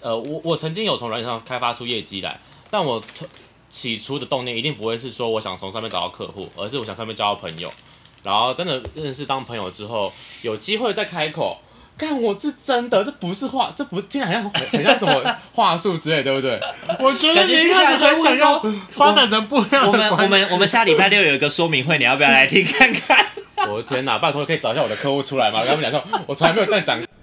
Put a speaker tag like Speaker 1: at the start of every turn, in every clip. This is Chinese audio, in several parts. Speaker 1: 呃，我我曾经有从软件上开发出业绩来，但我从起初的动念一定不会是说我想从上面找到客户，而是我想上面交到朋友，然后真的认识当朋友之后，有机会再开口。看，我是真的，这不是话，这不听起来很像很很像什 么话术之类，对不对？我觉得
Speaker 2: 感
Speaker 1: 你
Speaker 2: 觉
Speaker 1: 一
Speaker 2: 接下
Speaker 1: 开
Speaker 2: 来
Speaker 1: 始很
Speaker 2: 会
Speaker 1: 想要
Speaker 2: 说
Speaker 1: 发展成不一样
Speaker 2: 我
Speaker 1: 的
Speaker 2: 们我
Speaker 1: 关系
Speaker 2: 们我们下礼拜六有一个说明会，你要不要来听看看？
Speaker 1: 我的天哪！拜托，可以找一下我的客户出来吗？跟他们讲说，我从来没有这样讲。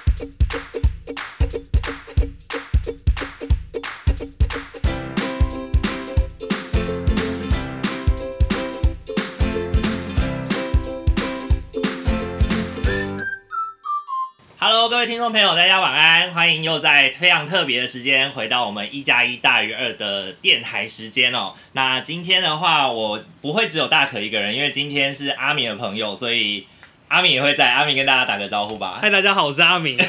Speaker 2: Hello，各位听众朋友，大家晚安，欢迎又在非常特别的时间回到我们一加一大于二的电台时间哦。那今天的话，我不会只有大可一个人，因为今天是阿米的朋友，所以阿米也会在。阿米跟大家打个招呼吧。
Speaker 3: 嗨，大家好，我是阿明。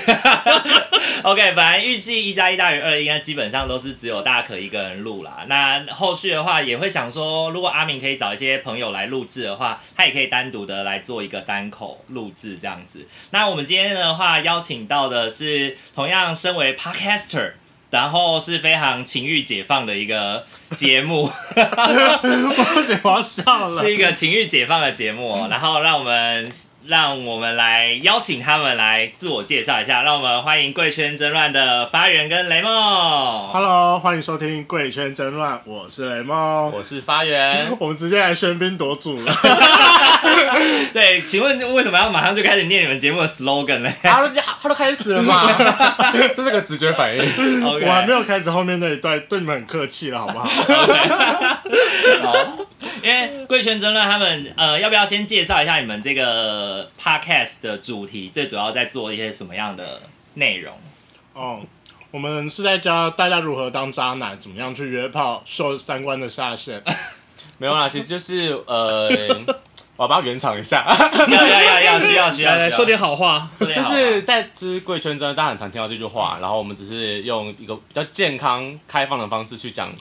Speaker 2: OK，本来预计一加一大于二，应该基本上都是只有大可一个人录啦。那后续的话，也会想说，如果阿明可以找一些朋友来录制的话，他也可以单独的来做一个单口录制这样子。那我们今天的话，邀请到的是同样身为 Podcaster。然后是非常情欲解放的一个节目，
Speaker 3: 不行，我要笑了。
Speaker 2: 是一个情欲解放的节目、哦。然后让我们让我们来邀请他们来自我介绍一下，让我们欢迎贵圈争乱的发源跟雷梦。
Speaker 3: Hello，欢迎收听《贵圈争乱》，我是雷梦。
Speaker 1: 我是发 源，
Speaker 3: 我们直接来喧宾夺主了。
Speaker 2: 对，请问为什么要马上就开始念你们节目的 slogan 呢
Speaker 1: 他都他都开始了嘛， 这是个直觉反应。
Speaker 2: ？OK，
Speaker 3: 我还没有开始后面那一段，对你们很客气了，好不好？
Speaker 2: 好因为贵圈争乱他们呃，要不要先介绍一下你们这个 podcast 的主题？最主要在做一些什么样的内 容？
Speaker 3: 哦，我们是在教大家如何当渣男，怎么样去约炮，秀三观的下限。
Speaker 1: 没有啦，其实就是 呃，我要把它圆场一下，
Speaker 2: 要要要要，需要需要
Speaker 4: 来来
Speaker 2: 需要
Speaker 4: 说点啊好话，
Speaker 2: 说点
Speaker 1: 就
Speaker 2: 好话
Speaker 1: 是在就是贵圈真的大家很常听到这句话，然后我们只是用一个比较健康、开放的方式去讲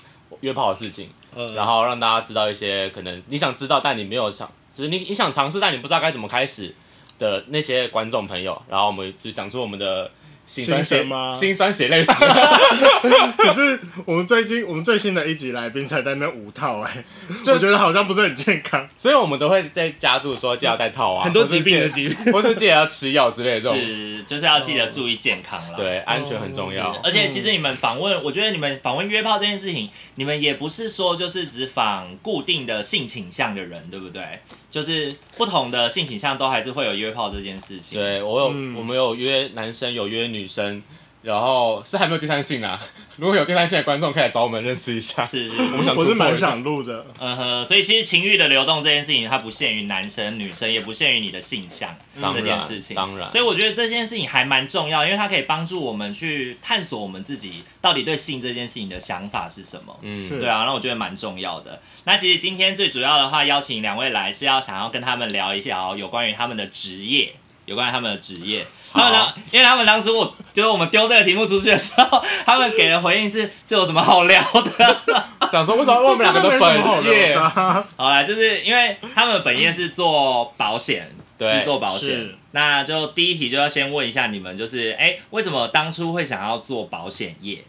Speaker 1: 约炮的事情，
Speaker 4: 呃，
Speaker 1: 然后让大家知道一些可能你想知道但你没有想，就是你你想尝试但你不知道该怎么开始的那些观众朋友，然后我们就讲出我们的心酸
Speaker 3: 心
Speaker 1: 血
Speaker 3: 声吗
Speaker 1: 心酸血 泪史。
Speaker 3: 可是我们最近我们最新的一集来宾才在那边五套哎、我觉得好像不是很健康。
Speaker 1: 所以我们都会在加注说记得要戴套啊，
Speaker 4: 很多疾病的疾病，
Speaker 1: 或是记得要吃药之类的这种，
Speaker 2: 是就是要记得注意健康了。。
Speaker 1: 对，安全很重要。
Speaker 2: 而且其实你们访问，我觉得你们访问约炮这件事情，你们也不是说就是只访固定的性倾向的人，对不对？就是不同的性倾向都还是会有约炮这件事情。
Speaker 1: 对我有，
Speaker 3: 嗯
Speaker 1: 我们有约男生，有约女生，然后是还没有第三性啊。 如果有第三性的观众，可以来找我们认识一下。
Speaker 2: 是是
Speaker 1: 我
Speaker 2: 是，
Speaker 1: 们想，
Speaker 3: 我是蛮，想录的，
Speaker 2: 嗯哼，所以其实情欲的流动这件事情，它不限于男生女生，也不限于你的性向
Speaker 1: 嗯当
Speaker 2: 嗯这
Speaker 1: 然
Speaker 2: 件事情。
Speaker 1: 当然
Speaker 2: 所以我觉得这件事情还蛮重要，因为它可以帮助我们去探索我们自己到底对性这件事情的想法是什么。
Speaker 1: 嗯，
Speaker 3: 是
Speaker 2: 对啊，那我觉得蛮重要的。那其实今天最主要的话，邀请两位来是要想要跟他们聊一聊有关于他们的职业，有关于他们的职业。他们当，因为他们当初我就是我们丢这个题目出去的时候， 他们给的回应是这有什么好聊的？
Speaker 1: 想说为什么我们两个
Speaker 3: 这真的没什么好
Speaker 1: 本业
Speaker 3: 聊的？啊。
Speaker 2: 好啦，就是因为他们本业是做保 险，是
Speaker 1: 对，
Speaker 2: 做保险
Speaker 3: 是。
Speaker 2: 那就第一题就要先问一下你们，就是哎、为什么当初会想要做保险业？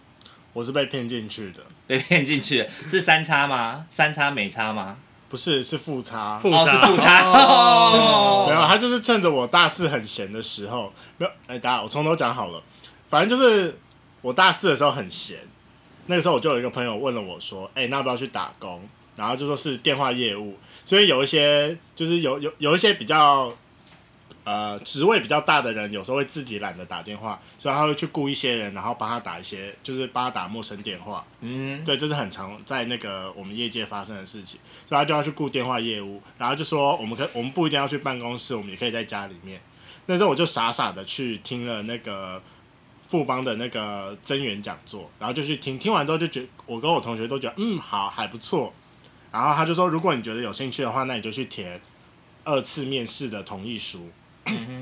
Speaker 3: 我是被骗进去的，
Speaker 2: 被骗进去了是三叉 吗？三叉没叉吗？
Speaker 3: 不是是复查。
Speaker 4: 复
Speaker 2: 哦，是
Speaker 4: 杂
Speaker 2: 复差。哦
Speaker 3: 没有，他就是趁着我大四很闲的时候，没有，哎、大家我从头讲好了，反正就是我大四的时候很闲，那个时候我就有一个朋友问了我说，哎、那要不要去打工？然后就说是电话业务，所以有一些就是有有有一些比较呃职位比较大的人，有时候会自己懒得打电话，所以他会去雇一些人，然后帮他打一些，就是帮他打陌生电话。
Speaker 2: 嗯，
Speaker 3: 对，这是很常在那个我们业界发生的事情，所以他就要去顾电话业务，然后就说我们可我们不一定要去办公室，我们也可以在家里面。那时候我就傻傻的去听了那个富邦的那个增援讲座，然后就去听，听完之后就觉我跟我同学都觉得嗯好还不错，然后他就说如果你觉得有兴趣的话，那你就去填二次面试的同意书。嗯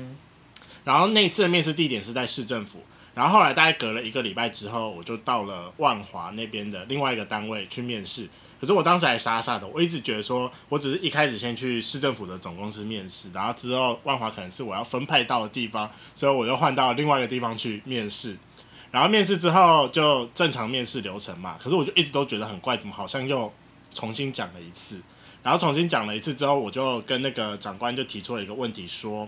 Speaker 3: 然后那一次的面试地点是在市政府，然后后来大概隔了一个礼拜之后，我就到了万华那边的另外一个单位去面试。可是我当时还傻傻的，我一直觉得说，我只是一开始先去市政府的总公司面试，然后之后万华可能是我要分派到的地方，所以我就换到另外一个地方去面试。然后面试之后就正常面试流程嘛，可是我就一直都觉得很怪，怎么好像又重新讲了一次。然后重新讲了一次之后，我就跟那个长官就提出了一个问题说，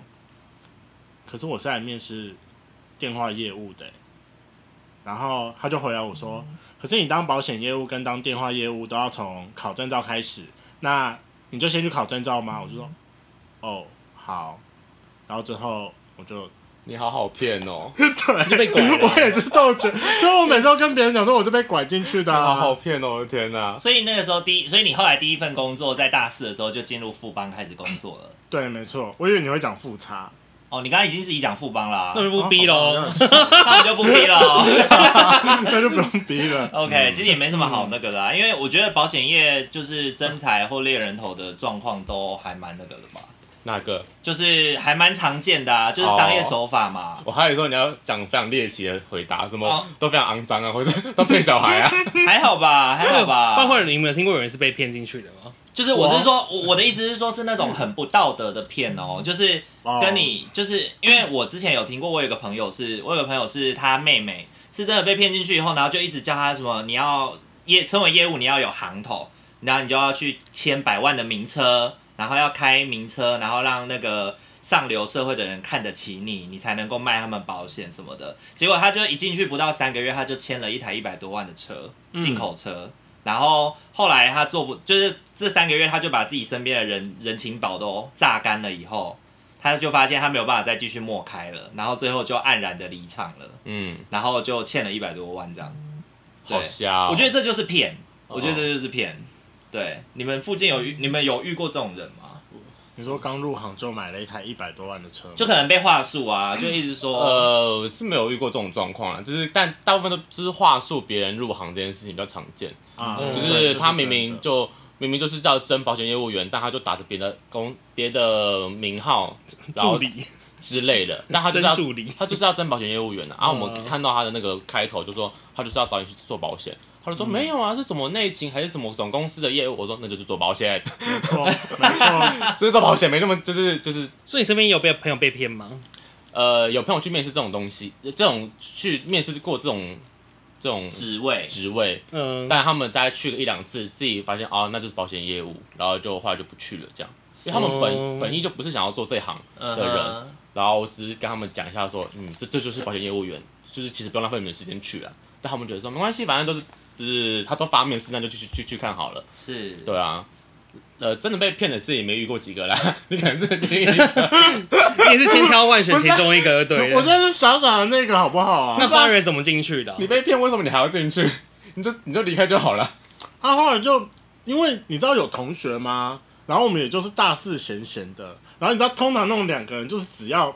Speaker 3: 可是我是来面试电话业务的欸、然后他就回来我说，可是你当保险业务跟当电话业务都要从考证照开始，那你就先去考证照吗？我就说，哦，好。然后之后我 就
Speaker 1: 你好好骗哦，
Speaker 3: 对，啊
Speaker 1: 就被拐了
Speaker 3: 我也是这么觉得，所以我每次都跟别人讲说我是被拐进去的、
Speaker 1: 你好
Speaker 3: 啊。
Speaker 1: 好骗哦，我的天哪！
Speaker 2: 所以那个时候第一，所以你后来第一份工作在大四的时候就进入富邦开始工作了。
Speaker 3: 对，没错，我以为你会讲复查，
Speaker 2: 哦，你刚刚已经自己讲富邦啦，
Speaker 4: 那就不逼喽。
Speaker 3: 哦，好
Speaker 2: 那我就不 逼了。
Speaker 3: 像是那就 不用逼了。
Speaker 2: OK，其实
Speaker 4: 嗯
Speaker 2: 也没什么好那个的啊啦，因为我觉得保险业就是征才或猎人头的状况都还蛮那个的吧，
Speaker 1: 哪个？
Speaker 2: 就是还蛮常见的啊，就是商业手法嘛。
Speaker 4: 哦
Speaker 1: 我还以为说你要讲非常猎奇的回答，什么
Speaker 2: 哦
Speaker 1: 都非常肮脏啊， 或者都骗小 孩啊。
Speaker 2: 还好吧，还好
Speaker 4: 包
Speaker 2: 吧。
Speaker 4: 括你们有听过有人是被骗进去的吗？
Speaker 2: 就是我是说，我我的意思是说，是那种很不道德的骗哦，就是 跟
Speaker 3: 哦
Speaker 2: 你就是因为我之前有听过，我有一个朋友是，我有个朋友是他妹妹是真的被骗进去以后，然后就一直叫他什么你要业成为业务你要有行头，然后你就要去签百万的名车，然后要开名车，然后让那个上流社会的人看得起你，你才能够卖他们保险什么的。结果他就一进去不到三个月，他就签了一台一百多万的车，进口车。然后后来他做不，就是这三个月他就把自己身边的人人情保都榨干了以后，他就发现他没有办法再继续默开了，然后最后就黯然的离场了，
Speaker 1: 嗯，
Speaker 2: 然后就欠了一百多万这样。对
Speaker 1: 好，瞎哦。
Speaker 2: 我觉得这就是骗，
Speaker 1: 哦
Speaker 2: 我觉得这就是骗。对，你们附近有遇你们有遇过这种人吗？
Speaker 3: 你说刚入行就买了一台一百多万的车吗，
Speaker 2: 就可能被话术啊，就一直说，
Speaker 1: 呃是没有遇过这种状况啊，就是但大部分都就是话术别人入行这件事情比较常见，
Speaker 3: 啊
Speaker 4: 嗯
Speaker 1: 就
Speaker 3: 对
Speaker 1: 是他明明
Speaker 3: 真的
Speaker 1: 就。明明就是叫真保险业务员，但他就打着别的公别的名号，然
Speaker 4: 助
Speaker 1: 后
Speaker 4: 理，
Speaker 1: 之类的，但他就是
Speaker 4: 真
Speaker 1: 要
Speaker 4: 助理，
Speaker 1: 他就是要争保险业务员的、啊。然后我
Speaker 4: 嗯
Speaker 1: 们看到他的那个开头就说他就是要找你去做保险，他
Speaker 3: 嗯
Speaker 4: 嗯
Speaker 1: 就说没有啊，是什么内勤还是什么总公司的业务？我说那就是做保险，
Speaker 3: 没错，没错，
Speaker 1: 所以做保险没那么就是就是
Speaker 4: 所以你身边有被朋友被骗吗？
Speaker 1: 呃，有朋友去面试这种东西，这种去面试过这种这种
Speaker 2: 职位，
Speaker 1: 职位，
Speaker 4: 嗯，
Speaker 1: 但他们大概去了一两次，自己发现哦，那就是保险业务，然后就后来就不去了这样。因为他们本、
Speaker 4: 哦
Speaker 1: 本意就不是想要做这行，
Speaker 2: 嗯
Speaker 1: 的
Speaker 2: 哼
Speaker 1: 人然后我只是跟他们讲一下说，嗯，这这就是保险业务员，就是其实不用浪费你们的时间去啊。但他们觉得说没关系，反正都是就是他都发面试，那就去去去去看好了。
Speaker 2: 是，
Speaker 1: 对啊，呃，真的被骗的事也没遇过几个啦， 你可能是你
Speaker 4: 你也是千挑万选其中一个，对
Speaker 3: 我真
Speaker 4: 了。
Speaker 3: 的是傻傻的那个好不好
Speaker 4: 那
Speaker 3: 啊？
Speaker 4: 发源怎么进去的啊？
Speaker 1: 你被骗，为什么你还要进去？你就你就离开就好了。
Speaker 3: 他后来就因为你知道有同学吗？然后我们也就是大四闲闲的，然后你知道通常那种两个人就是只要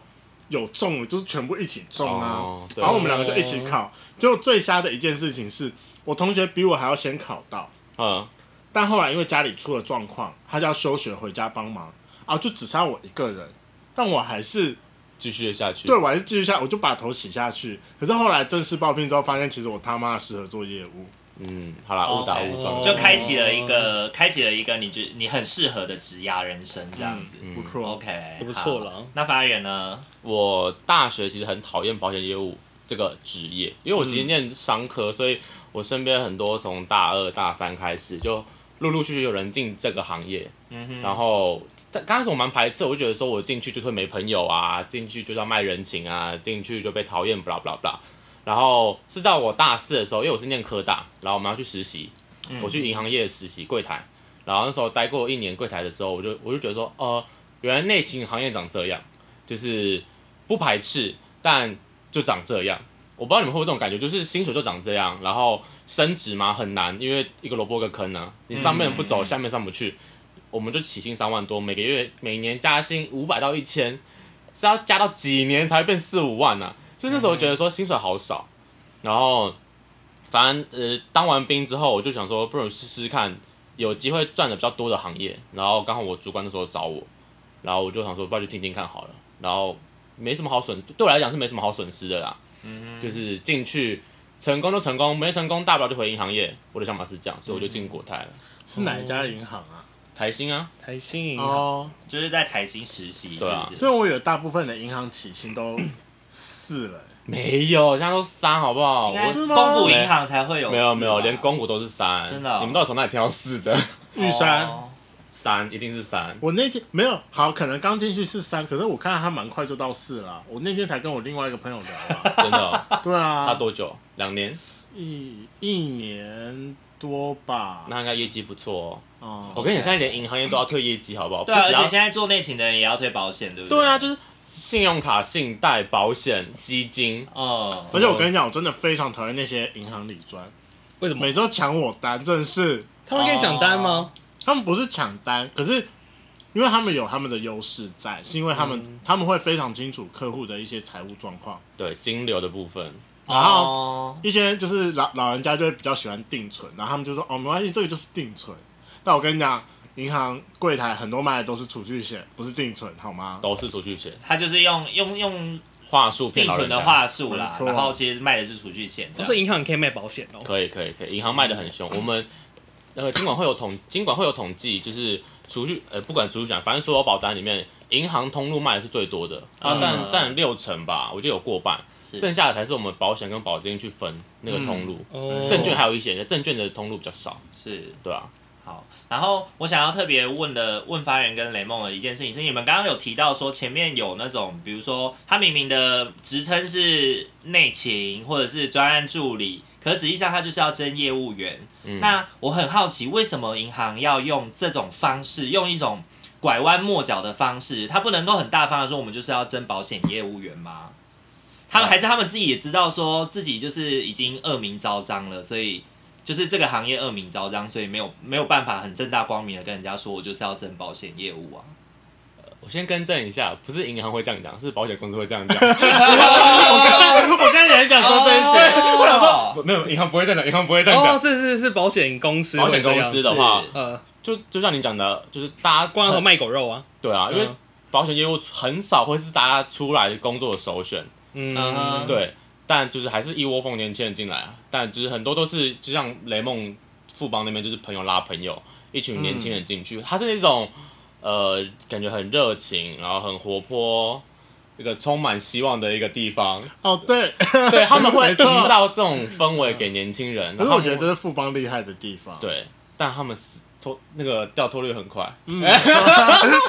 Speaker 3: 有中了就是全部一起中啊，
Speaker 1: 哦对
Speaker 3: 然后我们两个就一起考。结果最瞎的一件事情是我同学比我还要先考到，
Speaker 1: 嗯，
Speaker 3: 但后来因为家里出了状况，他就要休学回家帮忙啊，就只差我一个人，但我还是
Speaker 1: 继续下去。
Speaker 3: 对我还是继续下，我就把头洗下去。可是后来正式报聘之后，发现其实我他妈适合做业务，
Speaker 1: 嗯，好啦，误打误撞。
Speaker 4: 哦
Speaker 2: 就开启了一个，开启了一个你觉你很适合的职涯人生这样子。
Speaker 3: 嗯不
Speaker 1: 嗯
Speaker 3: 错。
Speaker 2: OK，
Speaker 4: 也不
Speaker 2: 好
Speaker 4: 错了。
Speaker 2: 那发源呢？
Speaker 1: 我大学其实很讨厌保险业务这个职业，因为我其实念商科，所以我身边很多从大二、大三开始就陆陆续续有人进这个行业。
Speaker 2: 嗯哼，
Speaker 1: 然后但刚开始我蛮排斥，我就觉得说我进去就是会没朋友啊，进去就是要卖人情啊，进去就被讨厌，blah blah blah。然后是到我大四的时候，因为我是念科大，然后我们要去实习，
Speaker 2: 嗯
Speaker 1: 我去银行业实习柜台，然后那时候待过一年柜台的时候，我就我就觉得说，呃，原来内勤行业长这样，就是不排斥，但就长这样。我不知道你们会不会这种感觉，就是薪水就长这样，然后升职嘛很难，因为一个萝卜一个坑啊，你上面不走，
Speaker 2: 嗯
Speaker 1: 下面上不去。我们就起薪三万多，每个月每年加薪五百到一千，是要加到几年才会变四五万呢、啊？所以那时候我觉得说薪水好少，然后反正呃当完兵之后，我就想说，不如试试看，有机会赚的比较多的行业。然后刚好我主管那时候找我，然后我就想说，不然去听听看好了。然后没什么好损，对我来讲是没什么好损失的啦。就是进去成功就成功，没成功大不了就回银行业。我的想法是这样，所以我就进国泰了。
Speaker 3: 是哪一家银行啊？
Speaker 1: 台新啊，
Speaker 4: 台新银行
Speaker 3: 哦，
Speaker 2: 就是在台新实习，
Speaker 1: 对啊
Speaker 2: 是不
Speaker 3: 所
Speaker 2: 是？
Speaker 3: 以我有大部分的银行起薪都四了欸、
Speaker 1: 没有，现在都三好不好？
Speaker 2: 应该
Speaker 1: 我
Speaker 3: 是吗
Speaker 2: 公股银行才会有，
Speaker 1: 啊
Speaker 2: 啊
Speaker 1: 没有没有，连公股都是三，
Speaker 2: 真的哦
Speaker 1: 你们到底从哪里挑四的？
Speaker 3: 玉山，
Speaker 2: 哦
Speaker 1: 三一定是三，
Speaker 3: 我那天没有好，可能刚进去是三，可是我看到他蛮快就到四了啊。我那天才跟我另外一个朋友聊、 啊，
Speaker 1: 真的哦、
Speaker 3: 对
Speaker 1: 他
Speaker 3: 啊，
Speaker 1: 多久？两年，
Speaker 3: 一一年多吧。
Speaker 1: 那应该业绩不错哦。我
Speaker 3: 哦，
Speaker 1: 跟你讲，现在连银行业都要退业绩，好不好？
Speaker 2: 对啊，
Speaker 1: 不
Speaker 2: 而
Speaker 1: 只
Speaker 2: 且
Speaker 1: 要
Speaker 2: 现在做内勤的人也要推保险，对不对？
Speaker 1: 对啊，，就是信用卡、信贷、保险、基金，
Speaker 2: 哦，
Speaker 3: 而且我跟你讲，我真的非常讨厌那些银行理专，
Speaker 4: 为什么？
Speaker 3: 每周抢我单，真的是。
Speaker 4: 他们跟你抢单吗？
Speaker 3: 他们不是抢单，可是因为他们有他们的优势在，是因为他们、他们会非常清楚客户的一些财务状况，
Speaker 1: 对金流的部分，
Speaker 3: 然后
Speaker 2: 哦
Speaker 3: 一些就是老老人家就会比较喜欢定存，然后他们就说哦没关系，这个就是定存。但我跟你讲，银行柜台很多卖的都是储蓄险，不是定存，好吗？
Speaker 1: 都是储蓄险
Speaker 2: 他就是用用用
Speaker 1: 话术骗
Speaker 2: 定
Speaker 1: 老人
Speaker 2: 存
Speaker 1: 家
Speaker 2: 的，话术啦
Speaker 3: 没，错
Speaker 2: 然后其实啊卖的是储蓄险
Speaker 4: 我
Speaker 2: 的
Speaker 4: 说。银行可以卖保险哦。
Speaker 1: 可以可以可以，银行卖的很凶。
Speaker 4: 嗯
Speaker 1: 我们呃，金管会有统，金管会有统计，就是储蓄呃，不管储蓄险，反正所有保单里面，银行通路卖的是最多的，啊
Speaker 2: 嗯，
Speaker 1: 但占六成吧，我觉得有过半，剩下的才是我们保险跟保金去分那个通路。
Speaker 4: 哦，
Speaker 1: 证券还有一些，证券的通路比较少，
Speaker 2: 是
Speaker 1: 对啊，
Speaker 2: 好，然后我想要特别问的问发言跟雷梦的一件事情是，你们刚刚有提到说前面有那种，比如说他明明的职称是内勤或者是专案助理，可实际上他就是要争业务员。
Speaker 1: 嗯
Speaker 2: 那我很好奇，为什么银行要用这种方式，用一种拐弯抹角的方式？他不能够很大方的说，我们就是要争保险业务员吗？他们还是他们自己也知道，说自己就是已经恶名昭彰了，所以就是这个行业恶名昭彰，所以没有没有办法很正大光明的跟人家说我就是要争保险业务啊。
Speaker 1: 我先更正一下，不是银行会这样讲，是保险公司会这样 讲。
Speaker 3: 我刚才也想说这
Speaker 2: 哦
Speaker 3: 一点，
Speaker 2: 我想说，
Speaker 1: 没有，银行不会这样讲，银行不会这样
Speaker 4: 哦，
Speaker 1: 讲。
Speaker 4: 是是是，保险公司
Speaker 1: 保
Speaker 4: 会
Speaker 1: 险
Speaker 4: 这
Speaker 1: 公
Speaker 4: 样，
Speaker 1: 司的话
Speaker 2: 是，
Speaker 4: 呃，
Speaker 1: 就就像你讲的，就是大家
Speaker 4: 光头卖狗肉啊，
Speaker 1: 对啊，因为
Speaker 4: 嗯
Speaker 1: 保险业务很少会是大家出来工作的首选，
Speaker 4: 嗯
Speaker 2: 嗯，
Speaker 1: 对。但就是还是一窝蜂年轻人进来啊，但就是很多都是就像雷梦富邦那边，就是朋友拉朋友，一群年轻人进去，他是那种呃感觉很热情，然后很活泼，一个充满希望的一个地 方，
Speaker 3: 哦对，
Speaker 1: 对他们会
Speaker 3: 没
Speaker 1: 营
Speaker 3: 错
Speaker 1: 造这种氛围给年轻人。然
Speaker 3: 可是
Speaker 1: 后
Speaker 3: 我
Speaker 1: 他
Speaker 3: 觉
Speaker 1: 们
Speaker 3: 得这是富邦厉害的地方，，
Speaker 1: 对，但他们死脱那个掉脱率很快，
Speaker 3: 嗯，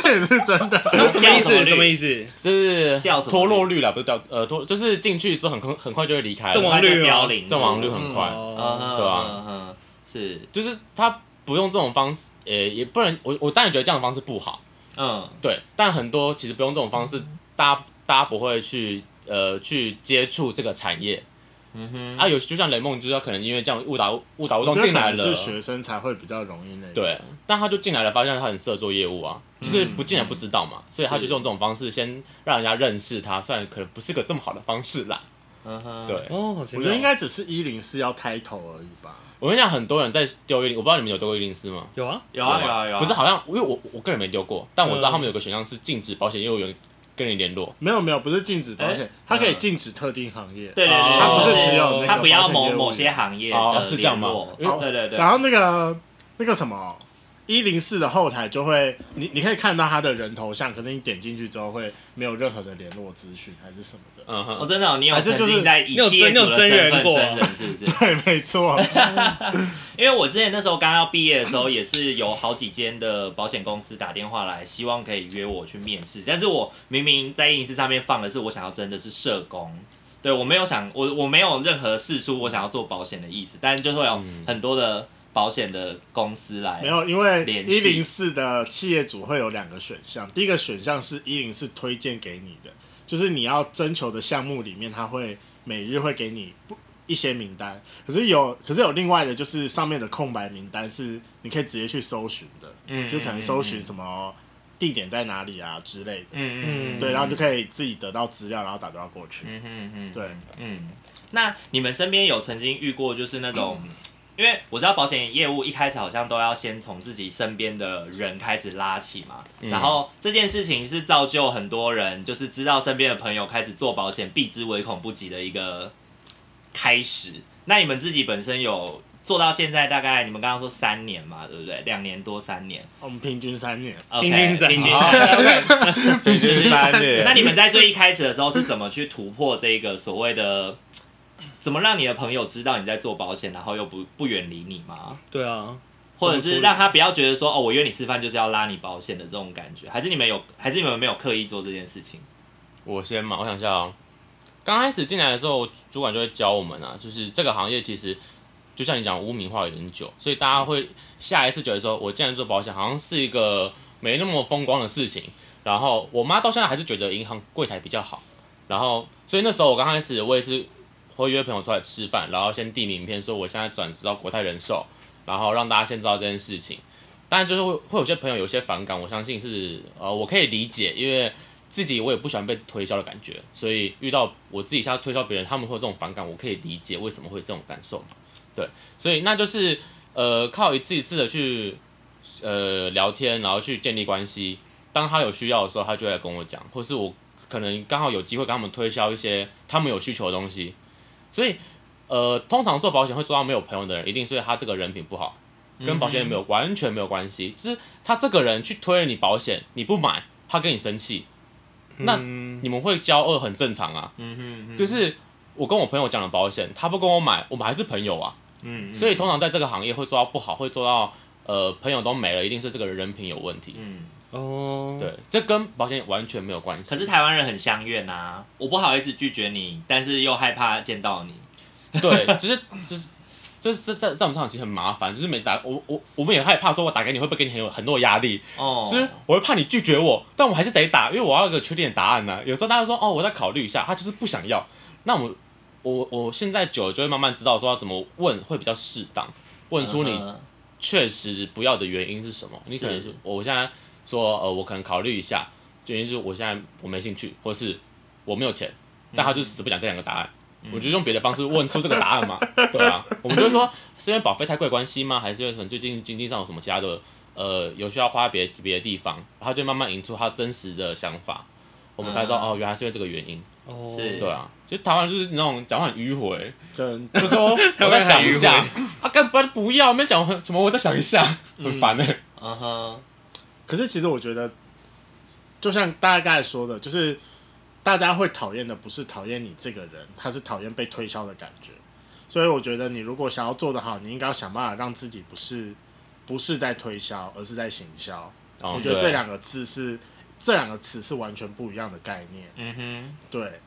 Speaker 3: 这也是 真的。
Speaker 4: 什么
Speaker 2: 掉什么
Speaker 4: 意思？
Speaker 2: 率
Speaker 4: 什么意思？
Speaker 1: 就是
Speaker 2: 掉什么
Speaker 1: 脱落率啦，不是掉呃脱，就是进去之后很快很快就会离开了，嗯
Speaker 4: 阵亡率吗
Speaker 2: 凋零，
Speaker 1: 阵亡率很快，
Speaker 4: 哦，
Speaker 1: 对啊
Speaker 2: 嗯，嗯是，
Speaker 1: 就是他不用这种方式，呃、也不能我我当然觉得这样的方式不好，
Speaker 2: 嗯，
Speaker 1: 对，但很多其实不用这种方式，
Speaker 3: 嗯
Speaker 1: 大家大家不会去呃去接触这个产业。
Speaker 2: 嗯哼，
Speaker 1: 啊，有就像雷梦，就是他可能因为这样误打误误打误
Speaker 3: 我
Speaker 1: 撞
Speaker 3: 觉得
Speaker 1: 进
Speaker 3: 可
Speaker 1: 来
Speaker 3: 能
Speaker 1: 了，
Speaker 3: 是学生才会比较容易那个，
Speaker 1: 对，但他就进来了，发现他很适合做业务啊，
Speaker 3: 嗯
Speaker 1: 就是不进来不知道嘛，所以他就是用这种方式先让人家认识他，虽然可能不是个这么好的方式啦。
Speaker 2: 嗯哼，
Speaker 1: 对，
Speaker 4: 哦，好奇妙
Speaker 3: 我觉得应该只是一零四要开头而已吧。
Speaker 1: 我跟你讲，很多人在丢一零，我不知道你们有丢过一零四吗？
Speaker 4: 有啊，
Speaker 2: 有啊有啊有啊，
Speaker 1: 不是，好像因为我我个人没丢过，但我知道
Speaker 4: 嗯
Speaker 1: 他们有个选项是禁止保险业务员跟你联络。
Speaker 3: 没有没有，不是禁止保险
Speaker 2: 哎，
Speaker 3: 它可以禁止特定行业。
Speaker 2: 对对对，
Speaker 1: 它不
Speaker 2: 就是
Speaker 1: 只
Speaker 3: 有那个
Speaker 2: 它不要
Speaker 3: 保险
Speaker 2: 某
Speaker 3: 业务
Speaker 2: 某些行业
Speaker 1: 哦
Speaker 2: 的
Speaker 1: 是这样吗
Speaker 2: 联络
Speaker 1: 因为
Speaker 2: 对对对，
Speaker 3: 然后那个那个什么一零四的后台就会，你你可以看到他的人头像，可是你点进去之后会没有任何的联络资讯还是什么的。
Speaker 1: 嗯
Speaker 2: 我
Speaker 1: 哼，
Speaker 2: 真的哦，你有
Speaker 3: 还是
Speaker 2: 曾
Speaker 3: 就是
Speaker 2: 经在以
Speaker 4: 你有
Speaker 2: 企业
Speaker 4: 真你有
Speaker 2: 主的
Speaker 4: 真
Speaker 2: 身
Speaker 4: 人
Speaker 2: 份
Speaker 4: 过
Speaker 2: 真人是不是？
Speaker 3: 对，没错，
Speaker 2: 因为我之前那时候刚要毕业的时候，也是有好几间的保险公司打电话来，希望可以约我去面试。但是我明明在应试上面放的是我想要真的是社工，对我没有想我我没有任何试出我想要做保险的意思，但是就会有很多的保险的公司来
Speaker 3: 没。有，因为
Speaker 2: 联
Speaker 3: 一
Speaker 2: 系
Speaker 3: 零四的企业主会有两个选项，第一个选项是一零四推荐给你的，就是你要征求的项目里面，他会每日会给你不一些名单，可是有可是有另外的，就是上面的空白名单是你可以直接去搜寻的，
Speaker 2: 嗯
Speaker 3: 就可能搜寻什么地点在哪里啊之类的。
Speaker 2: 嗯嗯，
Speaker 3: 对，然后就可以自己得到资料，然后打电话过去。
Speaker 2: 嗯哼嗯，
Speaker 3: 对，
Speaker 2: 嗯，那你们身边有曾经遇过就是那种，因为我知道保险业务一开始好像都要先从自己身边的人开始拉起嘛，然后这件事情是造就很多人就是知道身边的朋友开始做保险，避之唯恐不及的一个开始。那你们自己本身有做到现在大概你们刚刚说三年嘛，对不对？两年多三年
Speaker 3: 我们平均三年，
Speaker 2: ，OK，
Speaker 4: 平均是
Speaker 2: 平均
Speaker 4: 好
Speaker 1: 平均三年
Speaker 2: 那你们在最一开始的时候是怎么去突破这个所谓的？怎么让你的朋友知道你在做保险，然后又不不远离你吗？
Speaker 4: 对啊，
Speaker 2: 或者是让他不要觉得说哦，我约你吃饭就是要拉你保险的这种感觉？还是你们有，还是你们没有刻意做这件事情？
Speaker 1: 我先嘛，我想一下哦。刚开始进来的时候，主管就会教我们啊，就是这个行业其实就像你讲，污名化有点久，所以大家会下一次觉得说，我竟然做保险，好像是一个没那么风光的事情。然后我妈到现在还是觉得银行柜台比较好。然后，所以那时候我刚开始我也是会约朋友出来吃饭，然后先递名片说我现在转职到国泰人寿，然后让大家先知道这件事情。当然就是会会有些朋友有些反感，我相信是呃我可以理解，因为自己我也不喜欢被推销的感觉，所以遇到我自己想要推销别人，他们会有这种反感，我可以理解为什么会有这种感受嘛。对，所以那就是呃靠一次一次的去呃聊天，然后去建立关系。当他有需要的时候，他就会来跟我讲，或是我可能刚好有机会跟他们推销一些他们有需求的东西。所以呃，通常做保险会做到没有朋友的人，一定是因为他这个人品不好，跟保险没有完全没有关系，就是他这个人去推了你保险，你不买，他跟你生气。那
Speaker 4: 嗯
Speaker 1: 你们会交恶很正常啊。
Speaker 2: 嗯哼嗯
Speaker 1: 就是我跟我朋友讲了保险，他不跟我买，我们还是朋友啊。
Speaker 2: 嗯
Speaker 1: 所以通常在这个行业会做到不好，会做到呃朋友都没了，一定是这个人人品有问题。
Speaker 2: 嗯，
Speaker 4: 哦，，
Speaker 1: 对，这跟保险完全没有关系。
Speaker 2: 可是台湾人很相怨啊，我不好意思拒绝你，但是又害怕见到你。
Speaker 1: 对，就是就是。这这在在我们上其实很麻烦，就是每打我我我们也害怕说，我打给你会不会给你很有很多压力，
Speaker 2: 哦，
Speaker 1: 就是我会怕你拒绝我，但我还是得打，因为我要有个确定的答案呢、有时候大家说哦，我再考虑一下，他就是不想要。那我我我现在久了就会慢慢知道说要怎么问会比较适当，问出你
Speaker 2: 嗯
Speaker 1: 确实不要的原因是什么？你可能
Speaker 2: 是
Speaker 1: 是我现在说呃，我可能考虑一下，原因是我现在我没兴趣，或是我没有钱，
Speaker 2: 嗯
Speaker 1: 但他就是死不讲这两个答案。我就用别的方式问出这个答案 嘛，对啊，我们就会说是因为保费太贵的关系吗？还是因为可能最近经济上有什么其他的呃有需要花别别的地方，然后他就慢慢引出他真实的想法，我们才知道、
Speaker 2: 嗯
Speaker 1: 哦，原来是因为这个原因。
Speaker 4: 哦，
Speaker 2: 是
Speaker 1: 对啊，就台湾就是那种讲话很迂回，
Speaker 3: 真
Speaker 1: 就说我再想一下
Speaker 4: 台湾
Speaker 1: 啊，干不不要，没讲什么，我再想一下，很烦哎、
Speaker 2: 嗯哼，
Speaker 3: 可是其实我觉得，就像大概说的，就是大家会讨厌的不是讨厌你这个人，他是讨厌被推销的感觉。所以我觉得你如果想要做得好，你应该要想办法让自己不是不是在推销，而是在行销。
Speaker 1: 哦
Speaker 3: 我觉得
Speaker 1: 对
Speaker 3: 这两个字是这两个词是完全不一样的概念。
Speaker 2: 嗯哼，
Speaker 3: 对，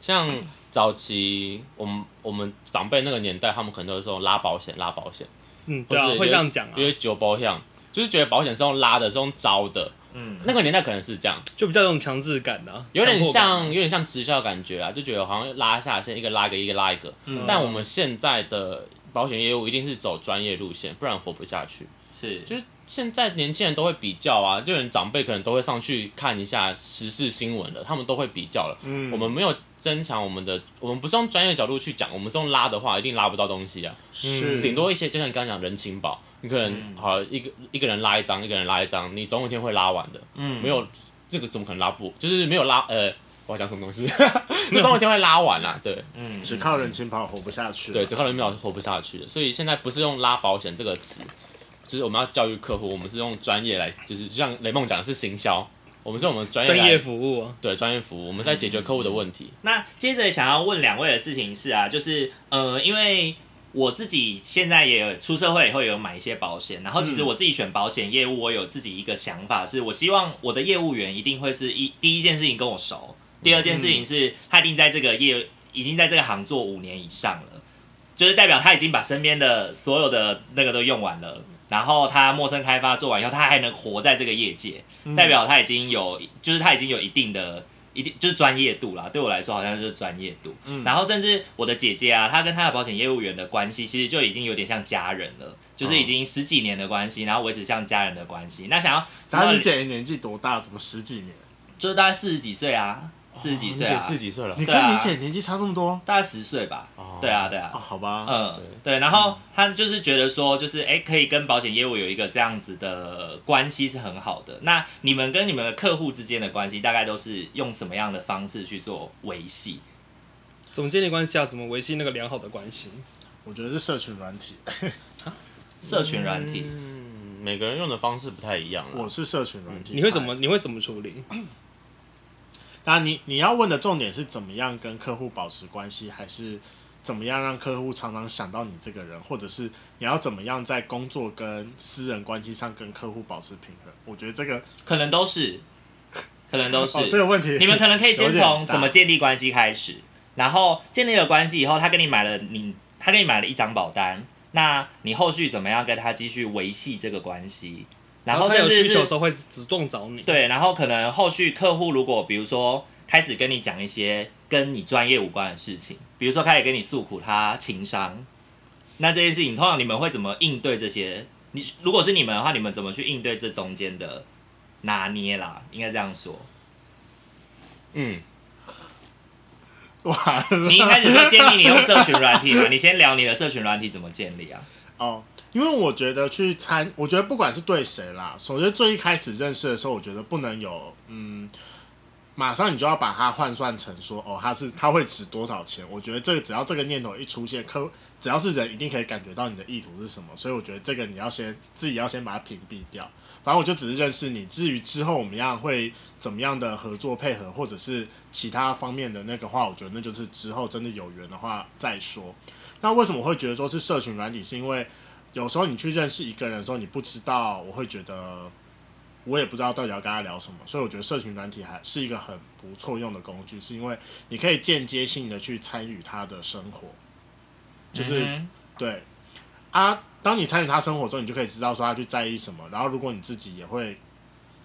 Speaker 1: 像早期我们我们长辈那个年代，他们可能都是说拉保险拉保险，
Speaker 4: 嗯，对啊
Speaker 1: 或是，
Speaker 4: 会这样讲啊
Speaker 1: 因，为酒保险就是觉得保险是用拉的，是用招的。
Speaker 2: 嗯，
Speaker 1: 那个年代可能是这样，
Speaker 4: 就比较有种强制感啊，
Speaker 1: 有点
Speaker 4: 强迫感啊
Speaker 1: 像有点像直销的感觉啊，就觉得好像拉下线，一个拉一个，一个拉一个。
Speaker 2: 嗯
Speaker 1: 但我们现在的保险业务一定是走专业路线，不然活不下去。
Speaker 2: 是
Speaker 1: 就是现在年轻人都会比较啊，就连长辈可能都会上去看一下时事新闻了，他们都会比较了。
Speaker 3: 嗯
Speaker 1: 我们没有增强我们的，我们不是用专业角度去讲，我们是用拉的话，一定拉不到东西啊。
Speaker 3: 是
Speaker 1: 顶多一些，就像你刚刚讲人情保，你可能
Speaker 2: 嗯
Speaker 1: 好一个一个人拉一张，一个人拉一张，你总有一天会拉完的。
Speaker 2: 嗯
Speaker 1: 没有这个怎么可能拉不？就是没有拉呃，我要讲什么东西？ 就总有一天会拉完啦、对
Speaker 2: 嗯
Speaker 3: 只靠人情跑活不下去。啊
Speaker 1: 对，只靠人秒是活不下去的。所以现在不是用拉保险这个词，就是我们要教育客户，我们是用专业来，就是就像雷梦讲的是行销，我们是用我们专业
Speaker 4: 专
Speaker 1: 来
Speaker 4: 业服务啊，
Speaker 1: 对专业服务，我们在解决客户的问题。
Speaker 2: 那接着想要问两位的事情是啊，就是呃，因为我自己现在也有出社会以后也有买一些保险，然后其实我自己选保险业务，我有自己一个想法是，我希望我的业务员一定会是一第一件事情跟我熟，第二件事情
Speaker 1: 嗯
Speaker 2: 是他一定在这个业已经在这个行做五年以上了，就是代表他已经把身边的所有的那个都用完了。然后他陌生开发做完以后，他还能活在这个业界，
Speaker 1: 嗯
Speaker 2: 代表他已经有，就是他已经有一定的一定就是专业度啦，对我来说好像就是专业度。
Speaker 1: 嗯
Speaker 2: 然后甚至我的姐姐啊，她跟她的保险业务员的关系，其实就已经有点像家人了，就是已
Speaker 1: 哦
Speaker 2: 经十几年的关系，然后维持像家人的关系。那想要知
Speaker 3: 然
Speaker 2: 道
Speaker 3: 后你
Speaker 2: 你，
Speaker 3: 姐年纪多大？怎么十几年？
Speaker 2: 就是大概四十几岁啊，四十几岁
Speaker 1: 哦你姐
Speaker 2: 啊，
Speaker 1: 四十几岁了
Speaker 3: 你
Speaker 2: 对
Speaker 3: 跟
Speaker 2: 啊
Speaker 3: 你姐年纪差这么多？
Speaker 2: 大概十岁吧
Speaker 1: 哦。
Speaker 2: 对啊，对啊
Speaker 3: 啊，。好吧，
Speaker 2: 嗯，对，然后他就是觉得说，就是哎、诶可以跟保险业务有一个这样子的关系是很好的。那你们跟你们的客户之间的关系，大概都是用什么样的方式去做维系？
Speaker 4: 总建立关系啊，怎么维系那个良好的关系？
Speaker 3: 我觉得是社群软体，
Speaker 2: 社群软体。
Speaker 1: 嗯，每个人用的方式不太一样啦
Speaker 3: 我是社群软体派。
Speaker 4: 你会怎么你会怎么处理？
Speaker 3: 当然你，你要问的重点是怎么样跟客户保持关系，还是怎么样让客户常常想到你这个人，或者是你要怎么样在工作跟私人关系上跟客户保持平衡？我觉得这个哦
Speaker 2: 可能都是，可能都是。
Speaker 3: 哦，这个问题
Speaker 2: 你们可能可以
Speaker 3: 有
Speaker 2: 先
Speaker 3: 点
Speaker 2: 从
Speaker 3: 大
Speaker 2: 怎么建立关系开始，然后建立了关系以后，他跟你买了你，他跟你买了一张保单，那你后续怎么样跟他继续维系这个关系？然后
Speaker 4: 哦他
Speaker 2: 甚
Speaker 4: 有
Speaker 2: 至
Speaker 4: 需求的
Speaker 2: 是
Speaker 4: 时候会主动找你。
Speaker 2: 对，然后可能后续客户如果比如说开始跟你讲一些跟你专业无关的事情，比如说开始跟你诉苦他情商，那这件事情通常你们会怎么应对这些？你如果是你们的话，你们怎么去应对这中间的拿捏啦？应该这样 说。
Speaker 1: 嗯，
Speaker 3: 哇
Speaker 2: 你一开始说建立你用社群软体嘛，你先聊你的社群软体怎么建立啊？
Speaker 3: 哦，因为我觉得去参，我觉得不管是对谁啦，首先最一开始认识的时候，我觉得不能有嗯，马上你就要把它换算成说哦，它是它会值多少钱？我觉得这个只要这个念头一出现，客只要是人一定可以感觉到你的意图是什么，所以我觉得这个你要先自己要先把它屏蔽掉。反正我就只是认识你，至于之后我们要会怎么样的合作配合，或者是其他方面的那个话，我觉得那就是之后真的有缘的话再说。那为什么会觉得说是社群软体？是因为有时候你去认识一个人的时候，你不知道，我会觉得我也不知道到底要跟他聊什么，所以我觉得社群软体还是一个很不错用的工具，是因为你可以间接性的去参与他的生活，就是、
Speaker 2: 嗯
Speaker 3: 对啊，当你参与他生活中，你就可以知道说他去在意什么。然后，如果你自己也会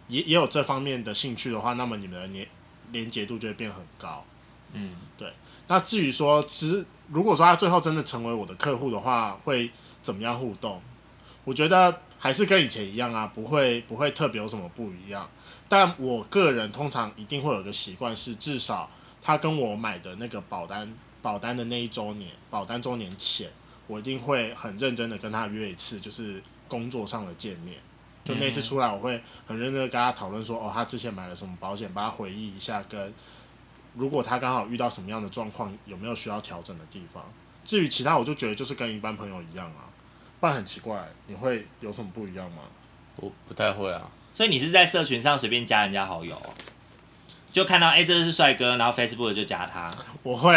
Speaker 3: 也也有这方面的兴趣的话，那么你们的连连结度就会变很高。
Speaker 2: 嗯，
Speaker 3: 对。那至于说，之如果说他最后真的成为我的客户的话，会怎么样互动？我觉得还是跟以前一样啊，不会不会特别有什么不一样。但我个人通常一定会有个习惯是，至少他跟我买的那个保单保单的那一周年保单周年前，我一定会很认真的跟他约一次，就是工作上的见面。就那次出来，我会很认真的跟他讨论说，哦，他之前买了什么保险，帮他回忆一下，跟如果他刚好遇到什么样的状况，有没有需要调整的地方。至于其他，我就觉得就是跟一般朋友一样啊，不然很奇怪，你会有什么不一样吗？
Speaker 1: 不不太会啊。
Speaker 2: 所以你是在社群上随便加人家好友哦，就看到哎、这是帅哥，然后 Facebook 就加他，
Speaker 3: 我会，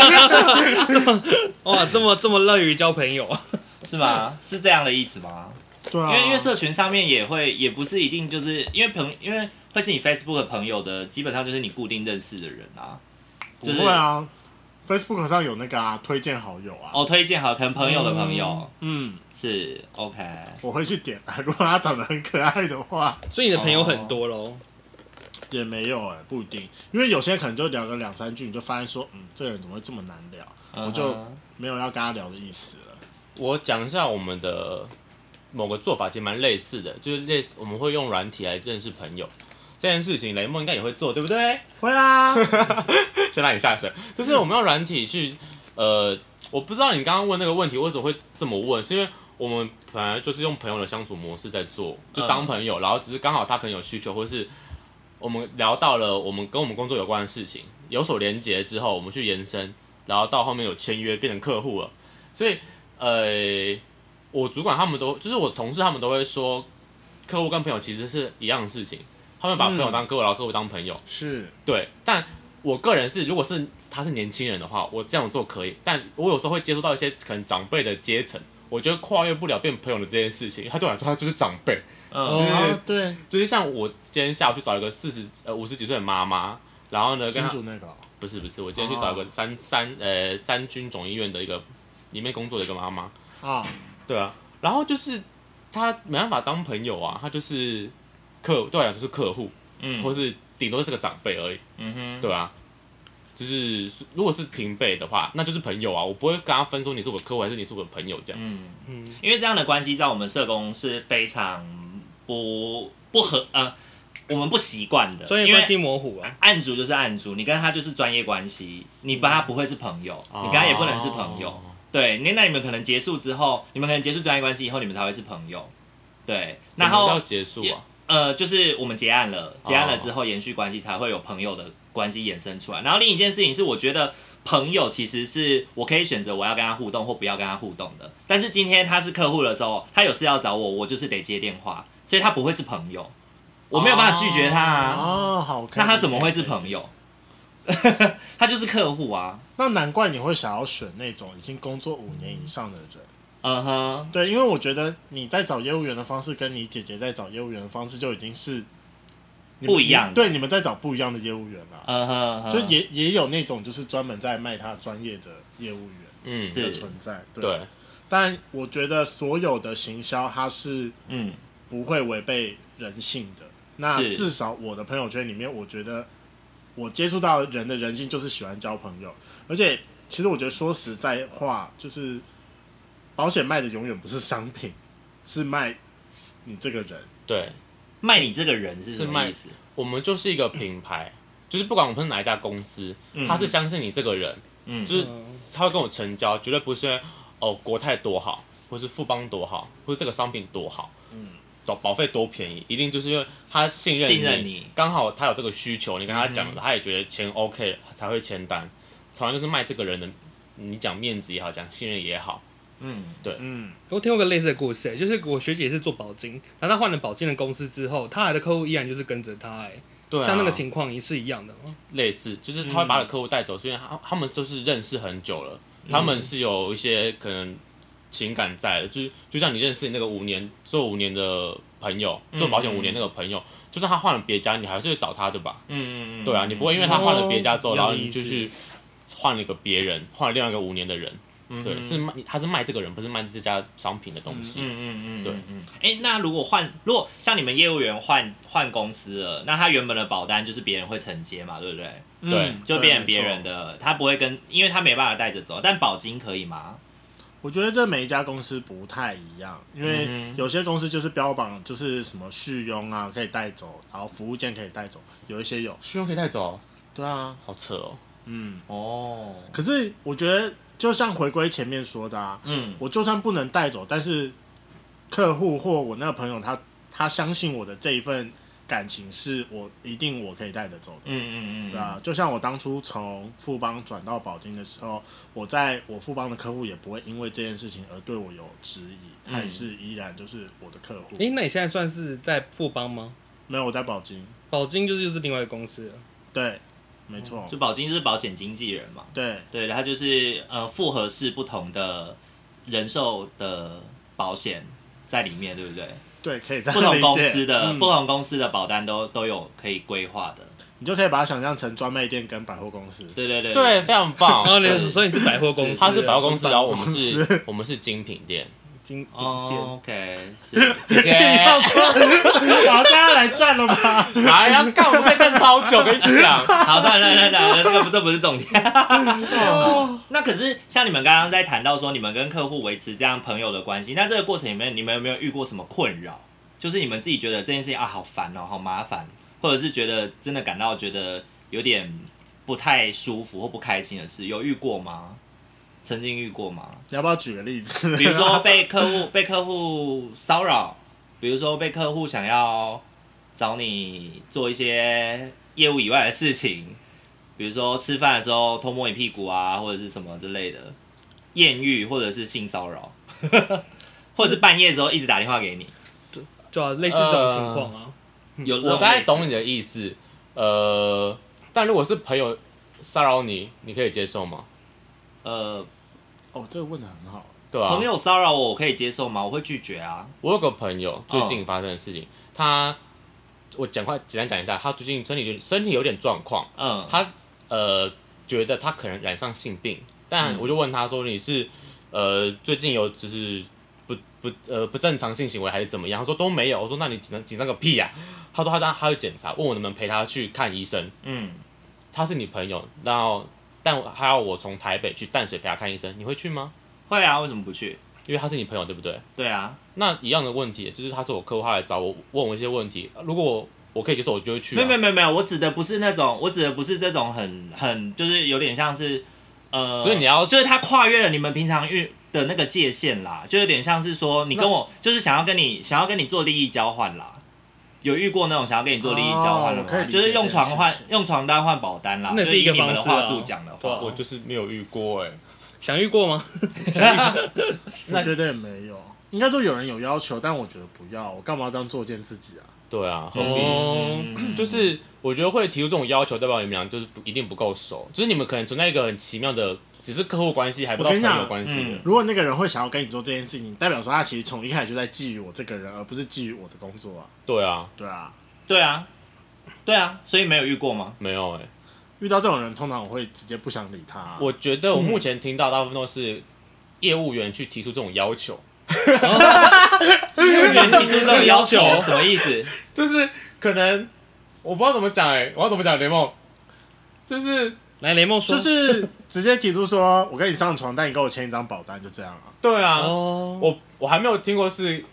Speaker 4: 哇，这么这么乐于交朋友啊！
Speaker 2: 是
Speaker 3: 嗯
Speaker 2: 吗？是这样的意思吗？
Speaker 3: 对啊，
Speaker 2: 因为因为社群上面也会也不是一定就是因为朋因为会是你 Facebook 的朋友的，基本上就是你固定认识的人啊。
Speaker 3: 不
Speaker 2: 就是
Speaker 3: 会啊，Facebook 上有那个啊，推荐好友啊，
Speaker 2: 哦，推荐好可能朋友的朋友、
Speaker 3: 嗯，
Speaker 2: 是 OK，嗯
Speaker 3: 我会去点 啊。如果他长得很可爱的话，
Speaker 4: 所以你的
Speaker 2: 哦
Speaker 4: 朋友很多喽。
Speaker 3: 也没有哎、不一定，因为有些人可能就聊个两三句，你就发现说，嗯，这个人怎么会这么难聊？我就
Speaker 2: 嗯
Speaker 3: 没有要跟他聊的意思了。
Speaker 1: 我讲一下我们的某个做法，其实蛮类似的，就是类似我们会用软体来认识朋友这件事情，雷梦应该也会做，对不对？
Speaker 3: 会啊，
Speaker 1: 先让你下水，就是我们用软体去，呃，我不知道你刚刚问那个问题为什么会这么问，是因为我们本来就是用朋友的相处模式在做，就当朋友，然后只是刚好他可能有需求，或是我们聊到了我们跟我们工作有关的事情，有所连接之后，我们去延伸，然后到后面有签约变成客户了，所以呃，我主管他们都，就是我同事他们都会说，客户跟朋友其实是一样的事情，他们把朋友当客户，然后客户当朋友。
Speaker 3: 是
Speaker 1: 对，但我个人是，如果是他是年轻人的话，我这样做可以。但我有时候会接触到一些可能长辈的阶层，我觉得跨越不了变朋友的这件事情。他对我来说，他就是长辈。
Speaker 2: 嗯
Speaker 4: 哦
Speaker 3: 啊，对，
Speaker 1: 就是像我今天下午去找一个四十呃五十几岁的妈妈，然后呢跟
Speaker 3: 新
Speaker 1: 她
Speaker 3: 竹那个哦
Speaker 1: 不是不是，我今天去找一个三、三呃三军总医院的一个里面工作的一个妈妈，
Speaker 3: 啊，
Speaker 1: 对啊，然后就是她没办法当朋友啊，她就是客对我来讲啊就是客户，或
Speaker 2: 嗯
Speaker 1: 是顶多是个长辈而已。
Speaker 2: 嗯哼。
Speaker 1: 对啊，就是如果是平辈的话，那就是朋友啊，我不会跟他分说你是我的客户还是你是我的朋友这样。
Speaker 2: 嗯
Speaker 4: 嗯
Speaker 2: 因为这样的关系在我们社工是非常不不合呃，我们不习惯的，
Speaker 4: 专业
Speaker 2: 因为
Speaker 4: 关系模糊啊，
Speaker 2: 案主就是案主，你跟他就是专业关系，你跟他不会是朋友，
Speaker 3: 哦
Speaker 2: 嗯你跟他也不能是朋友。
Speaker 1: 哦
Speaker 2: 对，那那你们可能结束之后，你们可能结束专业关系以后，你们才会是朋友。对，
Speaker 1: 什么
Speaker 2: 然后
Speaker 1: 叫结束啊，
Speaker 2: 呃，就是我们结案了，结案了之后延续关系才会有朋友的关系衍生出来。然后另一件事情是，我觉得朋友其实是我可以选择我要跟他互动或不要跟他互动的。但是今天他是客户的时候，他有事要找我，我就是得接电话，所以他不会是朋友，我没有办法拒绝他啊。
Speaker 3: 哦，好。
Speaker 2: 那他怎么会是朋？友？ 他就是客户啊。
Speaker 3: 那难怪你会想要选那种已经工作五年以上的人。
Speaker 2: 嗯哼，
Speaker 3: 对，因为我觉得你在找业务员的方式跟你姐姐在找业务员的方式就已经是你们
Speaker 2: 不一样的
Speaker 3: 你对，你们在找不一样的业务员了。
Speaker 2: 嗯哼，嗯哼
Speaker 3: 就也也有那种就是专门在卖他专业的业务员
Speaker 1: 嗯，
Speaker 2: 是
Speaker 3: 的存在。对，
Speaker 1: 对，
Speaker 3: 但我觉得所有的行销它是
Speaker 2: 嗯
Speaker 3: 不会违背人性的。那
Speaker 2: 是
Speaker 3: 至少我的朋友圈里面，我觉得我接触到人的人性就是喜欢交朋友，而且其实我觉得说实在话，就是保险卖的永远不是商品，是卖你这个人。
Speaker 1: 对，
Speaker 2: 卖你这个人是什
Speaker 1: 是
Speaker 2: 么
Speaker 1: 卖
Speaker 2: 意思？
Speaker 1: 我们就是一个品牌，就是不管我们是哪一家公司，他是相信你这个人，
Speaker 2: 嗯
Speaker 1: 就是他会跟我成交，绝对不是因为哦国泰多好，或是富邦多好，或是这个商品多好，保保费多便宜，一定就是因为他信任
Speaker 2: 嗯信任你
Speaker 1: 刚好他有这个需求，你跟他讲了，他也觉得钱 OK 了才会签单，常常就是卖这个人的，你讲面子也好，讲信任也好，
Speaker 2: 嗯
Speaker 3: 嗯，
Speaker 4: 我听过个类似的故事、欸，就是我学姐也是做保金，然后她换了保金的公司之后，她来的客户依然就是跟着她、欸，
Speaker 1: 对、啊，
Speaker 4: 像那个情况也是一样的嘛。
Speaker 1: 类似，就是他会把他的客户带走，所以他他们就是认识很久了，他们是有一些可能情感在的，就是就像你认识你那个五年做五年的朋友，做保险五年那个朋友，就算他换了别家，你还是会找他的吧？
Speaker 2: 嗯嗯嗯，
Speaker 1: 对啊，你不会因为他换了别家之后，
Speaker 4: 哦
Speaker 1: 然后
Speaker 4: 一样的
Speaker 1: 你
Speaker 4: 意思
Speaker 1: 就去换了一个别人，换了另外一个五年的人，
Speaker 2: 嗯
Speaker 1: 对，是卖他是卖这个人，不是卖这家商品的东西。
Speaker 2: 嗯嗯嗯，
Speaker 1: 对
Speaker 2: 嗯嗯。哎、那如果换，如果像你们业务员换换公司了，那他原本的保单就是别人会承接嘛，对不对？
Speaker 3: 嗯
Speaker 1: 对
Speaker 2: 就变成别人
Speaker 3: 的。
Speaker 2: 的，他不会跟，因为他没办法带着走。但保金可以吗？
Speaker 3: 我觉得这每一家公司不太一样，因为
Speaker 2: 嗯
Speaker 3: 有些公司就是标榜就是什么续佣啊可以带走，然后服务件可以带走，有一些有。
Speaker 1: 虚荣可以带走，哦
Speaker 3: 对啊，
Speaker 1: 好扯哦。
Speaker 3: 嗯，
Speaker 2: 哦，
Speaker 3: 可是我觉得就像回归前面说的啊，
Speaker 2: 嗯
Speaker 3: 我就算不能带走，但是客户或我那个朋友他他相信我的这一份感情是我一定我可以带得走的。
Speaker 2: 嗯嗯嗯，
Speaker 3: 对啊，就像我当初从富邦转到宝金的时候，我在我富邦的客户也不会因为这件事情而对我有质疑，
Speaker 2: 嗯
Speaker 3: 还是依然就是我的客户。
Speaker 4: 诶、那你现在算是在富邦吗？
Speaker 3: 没有我在宝金，
Speaker 4: 保金就是就是另外一个公司了，
Speaker 3: 对，没错，
Speaker 2: 就保金就是保险经纪人嘛，
Speaker 3: 对，
Speaker 2: 对，他就是呃复合式不同的人寿的保险在里面，对不对？
Speaker 3: 对，可以这
Speaker 2: 不
Speaker 3: 样
Speaker 2: 同
Speaker 3: 理
Speaker 2: 公
Speaker 3: 解
Speaker 2: 司的、
Speaker 3: 嗯
Speaker 2: 不同公司的保单都都有可以规划的，
Speaker 3: 你就可以把它想象成专卖店跟百货 公司。
Speaker 2: 对对对
Speaker 1: 对，非常棒。
Speaker 4: 然后你所以你是百货公司，
Speaker 1: 他哦是百货公司，然后我们
Speaker 3: 百货公
Speaker 1: 是，我们是精品店。
Speaker 4: 金店、
Speaker 2: 哦，OK，是。
Speaker 1: 谢谢。
Speaker 3: 好，大家来站 了吧？
Speaker 1: 哎呀，干，我们可以站超久，跟你讲。
Speaker 2: 好，算了算了算了，这个不这不是重点。 那可是像你们刚刚在谈到说，你们跟客户维持这样朋友的关系，那这个过程里面，你们有没有遇过什么困扰？就是你们自己觉得这件事情啊，好烦哦，好麻烦，或者是觉得真的感到觉得有点不太舒服或不开心的事，有遇过吗？曾经遇过吗？
Speaker 3: 你要不要举个例 子？
Speaker 2: 比如说被客户被客户骚扰，比如说被客户想要找你做一些业务以外的事情，比如说吃饭的时候偷摸你屁股啊，或者是什么之类的，艳遇或者是性骚扰， 或者是半夜的时候一直打电话给你，
Speaker 4: 就啊类似这种情况
Speaker 1: 呃
Speaker 4: 啊。
Speaker 2: 有
Speaker 1: 我大概懂你的意思，呃，但如果是朋友骚扰你，你可以接受吗？
Speaker 2: 呃
Speaker 3: 哦，这个问的很好。
Speaker 1: 对吧、
Speaker 2: 朋友骚扰我，我可以接受吗？我会拒绝啊。
Speaker 1: 我有个朋友最近发生的事情，他我讲快简单讲一下，他最近身体有身体有点状况，
Speaker 2: 嗯，
Speaker 1: 他呃觉得他可能染上性病，但
Speaker 2: 嗯
Speaker 1: 我就问他说你是呃最近有只是不不呃不正常性行为还是怎么样？他说都没有。我说那你紧张紧张个屁呀、他说他当他会检查，问我能不能陪他去看医生。
Speaker 2: 嗯，
Speaker 1: 他是你朋友，然后但我还要我从台北去淡水陪他看医生，你会去吗？
Speaker 2: 会啊，为什么不去？
Speaker 1: 因为他是你朋友，对不对？
Speaker 2: 对啊，
Speaker 1: 那一样的问题，就是他是我客户，他来找我问我一些问题，如果我我可以接受，我就会去、啊。
Speaker 2: 没有没有没有没有，我指的不是那种，我指的不是这种很很就是有点像是呃，
Speaker 1: 所以你要
Speaker 2: 就是他跨越了你们平常遇的那个界限啦，就有点像是说你跟我就是想要跟你想要跟你做利益交换啦，有遇过那种想要跟你做利益交换的
Speaker 3: 哦我可以
Speaker 2: 吗？
Speaker 3: 理解
Speaker 2: 就是用床换
Speaker 3: 这件事情
Speaker 2: 用床单换保单啦，
Speaker 4: 那是一个
Speaker 2: 就是以你们的
Speaker 4: 方式
Speaker 2: 话
Speaker 4: 啊
Speaker 2: 术讲的
Speaker 4: 对啊
Speaker 2: 话，
Speaker 1: 我就是没有遇过哎、
Speaker 4: 想遇过吗？
Speaker 3: 我觉得也没有，应该说有人有要求，但我觉得不要，我干嘛这样作践自己啊？
Speaker 1: 对啊，
Speaker 2: 嗯
Speaker 1: 何必？
Speaker 4: 哦，
Speaker 1: 就是我觉得会提出这种要求，代表你们俩就是不一定不够熟，就是你们可能存在一个很奇妙的，只是客户关系还不到
Speaker 3: 我
Speaker 1: 朋
Speaker 3: 跟你讲
Speaker 1: 友关系的
Speaker 2: 嗯。
Speaker 3: 如果那个人会想要跟你做这件事情，代表说他其实从一开始就在觊觎我这个人，而不是觊觎我的工作啊。
Speaker 1: 对啊，
Speaker 3: 对啊，
Speaker 2: 对啊，对啊，所以没有遇过吗？
Speaker 1: 没有哎、
Speaker 3: 遇到这种人，通常我会直接不想理他、啊。
Speaker 1: 我觉得我目前听到大部分都是业务员去提出这种要求，
Speaker 2: 原提出这种要求
Speaker 4: 要求
Speaker 2: 什么意思？
Speaker 1: 就是可能我不知道怎么讲哎、我要怎么讲雷梦，就是
Speaker 4: 来雷梦说，
Speaker 3: 就是直接提出说，我跟你上床，但你给我签一张保单，就这样啊。
Speaker 1: 对啊，
Speaker 4: 哦，
Speaker 1: 我我还没有听过是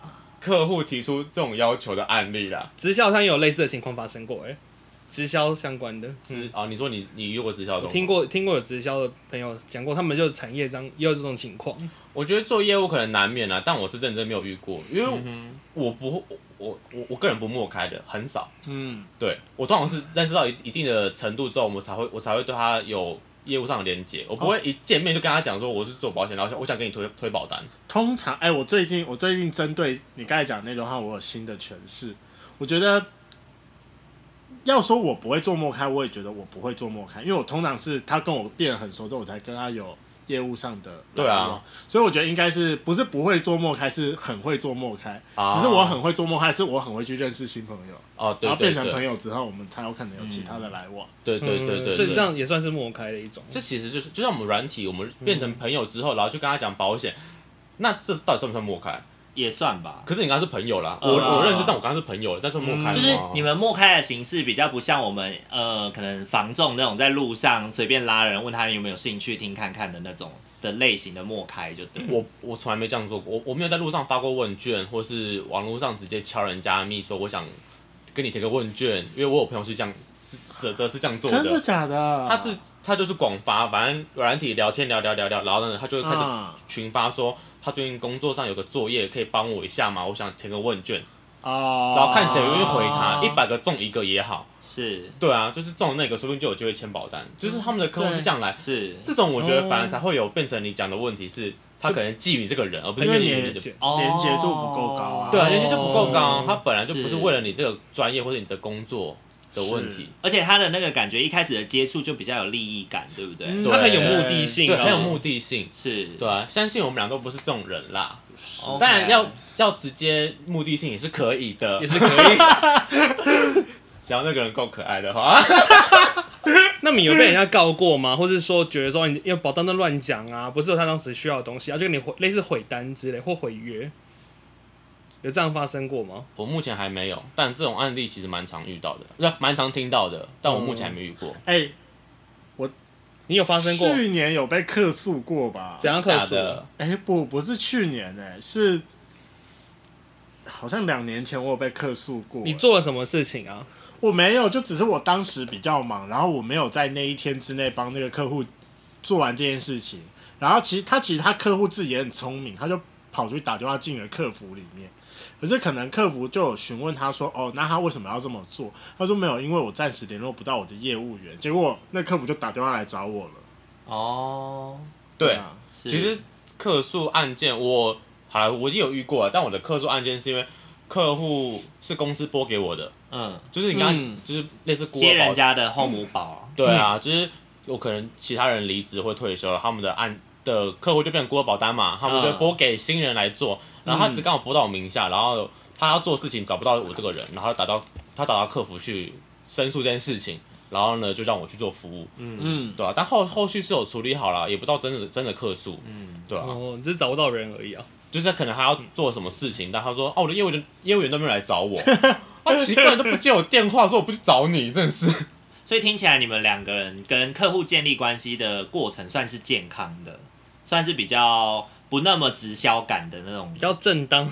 Speaker 1: 客户提出这种要求的案例啦。
Speaker 4: 直销上也有类似的情况发生过，哎，直销相关的，
Speaker 1: 直啊，你说你你遇过直销的
Speaker 4: 我
Speaker 1: 东西？
Speaker 4: 听。过听过有直销的朋友讲过，他们就是产业上也有这种情况，
Speaker 1: 我觉得做业务可能难免啦，但我是认真没有遇过，因
Speaker 3: 嗯
Speaker 1: 为我不会，我我我个人不默开的，很少。
Speaker 3: 嗯，
Speaker 1: 对我通常是认识到一一定的程度之后，我们才会我才会对他有业务上的连接，我
Speaker 3: 哦
Speaker 1: 不会一见面就跟他讲说我是做保险，然后想我想给你推推保单。
Speaker 3: 通常，哎、我最近我最近针对你刚才讲的那段话，我有新的诠释。我觉得要说我不会做默开，我也觉得我不会做默开，因为我通常是他跟我变得很熟之后，我才跟他有业务上的
Speaker 1: 对
Speaker 3: 来往
Speaker 1: 啊，，
Speaker 3: 所以我觉得应该是不是不会做默开，是很会做默开。
Speaker 1: 啊
Speaker 3: 只是我很会做默开，是我很会去认识新朋友，
Speaker 1: 哦，对
Speaker 3: 然
Speaker 1: 对嗯
Speaker 3: 后变成朋
Speaker 1: 对，
Speaker 3: 友嗯之后，我们才有可能有其他的来往。
Speaker 1: 对对对对，
Speaker 4: 嗯所以
Speaker 1: 对
Speaker 4: 这样也算是默开的一种。
Speaker 1: 这其实就是就像我们软体，我们变成朋友之后，然后就跟他讲保险，那这到底算不算默开？
Speaker 2: 也算吧。
Speaker 1: 可是你刚刚是朋友啦，
Speaker 2: 呃
Speaker 3: 嗯
Speaker 1: 我我认知上我刚刚是朋友，但是默开
Speaker 2: 就是你们默开的形式比较不像我们呃，可能房仲那种在路上随便拉人问他你有没有兴趣听看看的那种的类型的默开，就对。
Speaker 1: 我我从来没这样做过，我我没有在路上发过问卷，或是网络上直接敲人家密说我想跟你填个问卷，因为我有朋友是这样，是这这是这样做
Speaker 3: 真的假的？
Speaker 1: 他是他就是广发，反正软体聊天聊聊聊聊，然后呢他就会开始
Speaker 3: 啊
Speaker 1: 群发说他最近工作上有个作业可以帮我一下吗？我想填个问卷，
Speaker 3: 哦，
Speaker 1: 然后看谁愿意回他，一百个中一个也好。
Speaker 2: 是
Speaker 1: 对啊，就是中那个，说不定就有机会签保单。就是他们的客
Speaker 3: 嗯
Speaker 1: 户是这样来，
Speaker 2: 是
Speaker 1: 这种我觉得反
Speaker 3: 哦
Speaker 1: 而才会有变成你讲的问题是，他可能觊觎你这个人，而不是
Speaker 3: 因为
Speaker 1: 觊
Speaker 3: 你
Speaker 1: 觎你的。
Speaker 2: 哦
Speaker 3: 连结度不够高啊
Speaker 1: 对啊，人家就不够高
Speaker 4: 哦，
Speaker 1: 他本来就不
Speaker 2: 是
Speaker 1: 是为了你这个专业或者你的工作的问题，
Speaker 2: 而且他的那个感觉一开始的接触就比较有利益感，对不对？啊
Speaker 3: 嗯
Speaker 1: 对
Speaker 4: 他很有目的性
Speaker 1: 对，
Speaker 4: 啊，
Speaker 1: 很有目的性。
Speaker 2: 是，
Speaker 1: 对啊，相信我们俩都不是这种人啦。
Speaker 2: OK
Speaker 1: 当然要要直接目的性也是可以的
Speaker 4: 也，是可以。
Speaker 1: 只要那个人够可爱的话。
Speaker 4: 那你有被人家告过吗？或是说觉得说你要保单都乱讲啊，不是有他当时需要的东西，啊，就你毁类似毁单之类或毁约，有这样发生过吗？
Speaker 1: 我目前还没有，但这种案例其实蛮常遇到的，不是蛮常听到的，但我目前还没遇过。
Speaker 3: 哎、
Speaker 4: 你有发生过？
Speaker 3: 去年有被客诉过吧？
Speaker 4: 怎样克
Speaker 1: 假
Speaker 4: 诉？
Speaker 1: 的，
Speaker 3: 哎、不，不是去年、哎，是好像两年前我有被客诉过、
Speaker 4: 你
Speaker 3: 哎
Speaker 4: 做了什么事情啊？
Speaker 3: 我没有，就只是我当时比较忙，然后我没有在那一天之内帮那个客户做完这件事情。然后其实他其实他客户自己也很聪明，他就跑去打电话进了客服里面。可是可能客服就有询问他说：“哦，那他为什么要这么做？”他说：“没有，因为我暂时联络不到我的业务员。”结果那客服就打电话来找我了。
Speaker 2: 哦，
Speaker 1: 对，
Speaker 3: 啊，
Speaker 2: 是
Speaker 1: 其实客诉案件我好了，我已经有遇过了，但我的客诉案件是因为客户是公司拨给我的，
Speaker 2: 嗯，
Speaker 1: 就是你刚刚、
Speaker 3: 嗯
Speaker 1: 就是类似孤
Speaker 2: 接
Speaker 1: 儿
Speaker 2: 人
Speaker 1: 保，
Speaker 2: 家的后母宝，
Speaker 1: 对啊，就是有可能其他人离职或退休了，他们的案的客户就变成孤儿保单嘛，他们就会拨给新人来做，然后他只刚好拨到我名下，然后他要做事情找不到我这个人，然后打到他打到客服去申诉这件事情，然后呢就让我去做服务，
Speaker 3: 嗯，
Speaker 1: 对啊，但后后续是有处理好了，也不到真的真的客诉，嗯，对啊，
Speaker 4: 哦，只是找不到人而已啊。
Speaker 1: 就是可能他要做什么事情，但他说哦，我的业务员业务员都没有来找我，啊奇怪都不接我电话，说我不去找你，真的是，
Speaker 2: 所以听起来你们两个人跟客户建立关系的过程算是健康的，算是比较不那么直销感的那种，
Speaker 4: 比较正当，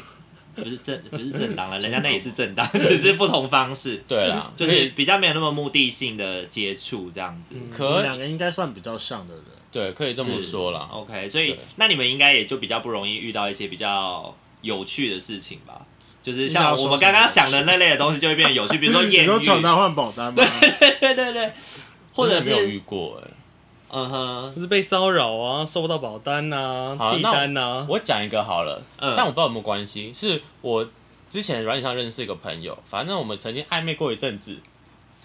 Speaker 2: 不是正不是正当了，人家那也 是正当，只是不同方式，
Speaker 1: 对啦，
Speaker 2: 就
Speaker 1: 可
Speaker 2: 是
Speaker 1: 以嗯
Speaker 2: 比较没有那么目的性的接触这样子。
Speaker 4: 嗯
Speaker 3: 我们
Speaker 1: 可以
Speaker 3: 两个应该算比较像的人。
Speaker 1: 对，可以这么说啦。
Speaker 2: OK，所以
Speaker 1: 对
Speaker 2: 那你们应该也就比较不容易遇到一些比较有趣的事情吧？就是像我们刚刚想的那类的东西，就会变得有趣，比如说
Speaker 3: 你
Speaker 2: 艳
Speaker 3: 说床
Speaker 2: 遇，
Speaker 3: 单换保单吗？
Speaker 2: 对对对，或者
Speaker 1: 真的没有遇
Speaker 2: 是
Speaker 1: 过哎、
Speaker 2: 嗯哼，
Speaker 4: 就是被骚扰啊，收不到保单啊，
Speaker 1: 好
Speaker 4: 弃
Speaker 1: 那我
Speaker 4: 单啊，
Speaker 1: 我讲一个好了，
Speaker 2: 嗯
Speaker 1: 但我不知道有没有关系，是我之前软体上认识一个朋友，反正我们曾经暧昧过一阵子。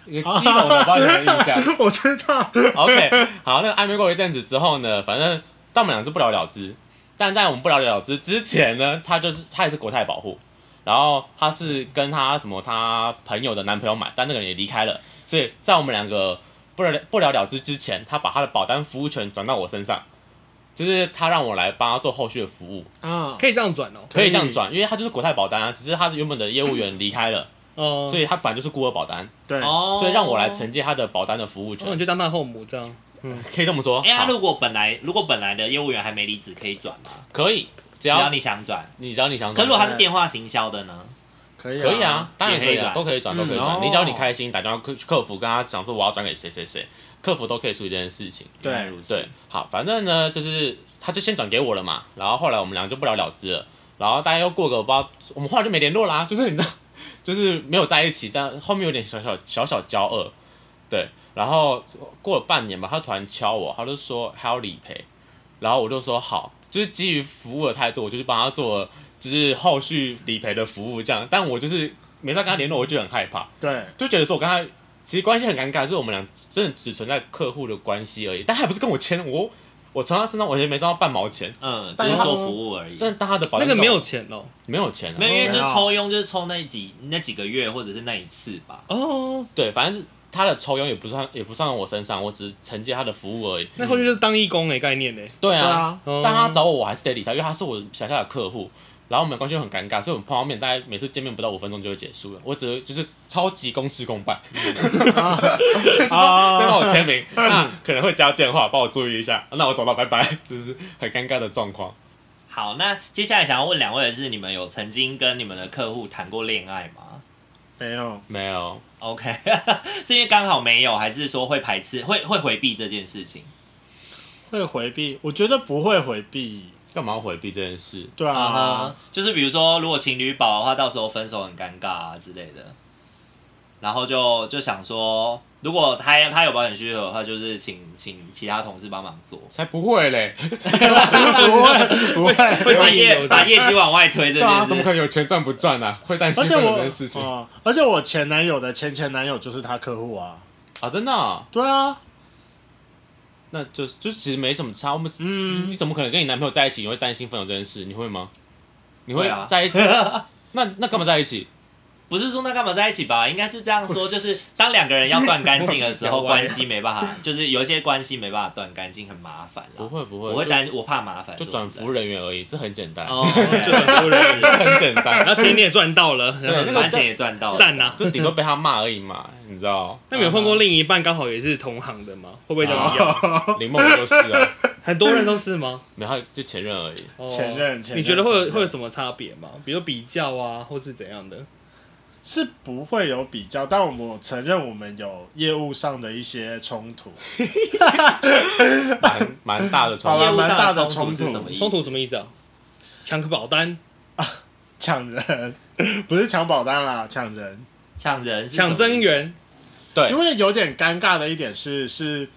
Speaker 1: 一个
Speaker 4: 啊
Speaker 1: 基隆的，我不知道你有没有印 象。
Speaker 3: 我知道，
Speaker 1: OK，好，那个暧昧过一阵子之后呢，反正但我们俩就不了了之。但在我们不了了之之前呢，他就是他也是国泰保护，然后他是跟他什么他朋友的男朋友买，但那个人也离开了，所以在我们两个不了不了了之之前，他把他的保单服务权转到我身上，就是他让我来帮他做后续的服务，
Speaker 3: 啊，
Speaker 4: 可以这样转哦。
Speaker 1: 可以这样转，因为他就是国泰保单啊，只是他原本的业务员离开了，
Speaker 2: 嗯
Speaker 4: 哦，
Speaker 1: 所
Speaker 4: 以
Speaker 1: 以他本来就是孤儿保单，
Speaker 3: 对，
Speaker 2: 哦，
Speaker 1: 所以让我来承接他的保单的服务
Speaker 4: 哦那你
Speaker 1: 权，
Speaker 4: 就当他后母这样。
Speaker 1: 可以这么说，
Speaker 2: 哎，他
Speaker 1: 好
Speaker 2: 如果本来如果本来的业务员还没离职，可以转吗？
Speaker 1: 可以，只
Speaker 2: 只
Speaker 1: 要
Speaker 2: 要你想转。
Speaker 1: 你只要你想
Speaker 2: 可
Speaker 1: 转，
Speaker 2: 是如果他是电话行销的呢？
Speaker 3: 可以，
Speaker 1: 可以啊，，当然可以
Speaker 2: 也可以
Speaker 1: 啊，
Speaker 2: 转
Speaker 1: 都可以转，都可以
Speaker 2: 嗯
Speaker 1: 转。
Speaker 2: 哦
Speaker 1: 你只要你开心，打电话客客服跟他讲说我要转给谁谁谁，客服都可以处理这件事情。
Speaker 3: 对
Speaker 2: 原来如此
Speaker 1: 对，好，反正呢就是他就先转给我了嘛，然后后来我们俩就不了了之了，然后大家又过个我不知道，我们后来就没联络啦，就是你知道， 就是没有在一起，但后面有点小小小小骄傲，对，然后过了半年吧，他突然敲我，他就说还要理赔，然后我就说好，就是基于服务的态度，我就去帮他做了就是后续理赔的服务这样，但我就是每次跟他联络，我就很害怕，
Speaker 3: 对，
Speaker 1: 就觉得说我跟他其实关系很尴尬，就是我们俩真的只存在客户的关系而已，但还不是跟我签我。我从他身上完全没赚到半毛钱，
Speaker 2: 嗯，只
Speaker 1: 但
Speaker 2: 是
Speaker 1: 他
Speaker 2: 做服务而已。
Speaker 1: 但但他的保
Speaker 4: 那
Speaker 1: 单
Speaker 4: 个没有
Speaker 1: 是
Speaker 4: 钱哦。
Speaker 1: 没有钱、啊，
Speaker 2: 没有，因为就是
Speaker 3: 没有
Speaker 2: 抽佣，就是抽那几那几个月，或者是那一次吧。
Speaker 4: 哦，
Speaker 1: 对，反正他的抽佣也不算也不算我身上，我只是承接他的服务而已。嗯
Speaker 4: 那后续就是当义工的概念呢。
Speaker 1: 对
Speaker 3: 对
Speaker 1: 啊，
Speaker 3: 啊，
Speaker 4: 哦
Speaker 1: 但他找我我还是得理他，因为他是我辖下的客户，然后我们关系又很尴尬，所以我们碰到面大概每次见面不到五分钟就会结束了。我只是就是超级公事公 办，
Speaker 3: 啊
Speaker 1: 再帮我签名，那可能会加电话，帮我注意一下。啊那我走了，拜拜，就是很尴尬的状况。
Speaker 2: 好，那接下来想要问两位的是，你们有曾经跟你们的客户谈过恋爱吗
Speaker 3: 没有，
Speaker 1: 没有，
Speaker 2: ？OK，是 因为刚好没有，还是说会排斥、会会回避这件事情？
Speaker 3: 会回避，我觉得不会回避，
Speaker 1: 干嘛要回避这件事？
Speaker 3: 对
Speaker 2: 啊、
Speaker 3: 啊，
Speaker 2: 就是比如说，如果情侣保的话，到时候分手很尴尬啊之类的，然后就就想说，如果他他有保险需求的话，就是请请其他同事帮忙 做，
Speaker 1: 才不会嘞！
Speaker 3: 不会 不会，
Speaker 4: 会
Speaker 2: 把
Speaker 4: 自己
Speaker 2: 业
Speaker 4: 留
Speaker 2: 把
Speaker 4: 着。
Speaker 2: 业绩往外推这
Speaker 1: 对啊，
Speaker 2: 件
Speaker 1: 怎么可
Speaker 2: 事。
Speaker 1: 能有钱赚不赚啊？会担心
Speaker 3: 而且
Speaker 1: 会有这
Speaker 3: 我
Speaker 1: 件事情
Speaker 3: 哦，而且我前男友的前前男友就是他客户啊，
Speaker 1: 啊？真的哦、
Speaker 3: 对啊，
Speaker 1: 那就就其实没怎么差。我们
Speaker 3: 嗯
Speaker 1: 你怎么可能跟你男朋友在一起，你会担心分手这件事？你会吗？你
Speaker 2: 会
Speaker 1: 会
Speaker 2: 啊
Speaker 1: 在一起？那那干嘛在一起？
Speaker 2: 不是说那干嘛在一起吧？应该是这样说，就是当两个人要断干净的时候，
Speaker 4: 我很
Speaker 2: 关系没办法，就是有一些关系没办法断干净，很麻烦
Speaker 1: 不
Speaker 2: 啦。
Speaker 1: 会不会，
Speaker 2: 我会
Speaker 1: 就
Speaker 2: 担，我怕麻烦，
Speaker 1: 就
Speaker 2: 说
Speaker 1: 转
Speaker 2: 实在
Speaker 1: 服人员而已，这很简单，
Speaker 2: 哦，
Speaker 4: 就很多人，
Speaker 1: 这 很简单。
Speaker 4: 然后钱你也赚到了，
Speaker 1: 对那个
Speaker 2: 完钱也赚到了，
Speaker 4: 赞呐。
Speaker 1: 就顶多被他骂而已嘛，你知道？
Speaker 4: 那你有碰过另一半刚好也是同行的吗？会不会这样一样？
Speaker 1: 林梦就是啊，
Speaker 4: 很多人都是 吗？
Speaker 1: 没有，他就前任而已。
Speaker 4: 哦
Speaker 3: 前任前任
Speaker 4: 你觉得会
Speaker 3: 前
Speaker 4: 有
Speaker 3: 任
Speaker 4: 会有什么差别吗？比如比较啊，或是怎样的？
Speaker 3: 是不会有比较，但我们承认我们有业务上的一些冲突，
Speaker 1: 蛮蛮大的
Speaker 3: 好
Speaker 1: 冲
Speaker 3: 啦
Speaker 2: 业
Speaker 1: 突。
Speaker 2: 务上
Speaker 3: 蛮大的
Speaker 2: 冲
Speaker 3: 冲
Speaker 2: 是
Speaker 3: 突
Speaker 2: 什么意思？
Speaker 4: 冲突什么意思啊？抢个保单，
Speaker 3: 抢人， 不是抢保单啦，抢人。
Speaker 2: 抢人，
Speaker 4: 抢增。援，
Speaker 1: 对
Speaker 3: 因，为有点尴尬的一点是，是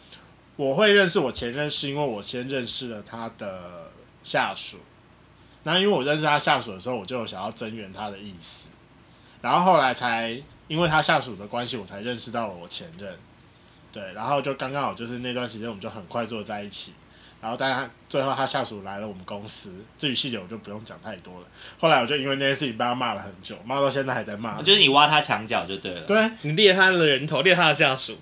Speaker 3: 我会认识我前任，是因为我先认识了他的下属。那因为我认识他下属的时候，我就有想要增援他的意思，然后后来才因为他下属的关系，我才认识到了我前任。对，然后就刚刚好就是那段时间，我们就很快速地在一起。然后，但他最后他下属来了我们公司，至于细节我就不用讲太多了。后来我就因为那件事情被他骂了很久，骂到现在还在骂。
Speaker 2: 就是你挖他墙角就对了。
Speaker 3: 对，
Speaker 4: 你猎他的人头，猎他的下属，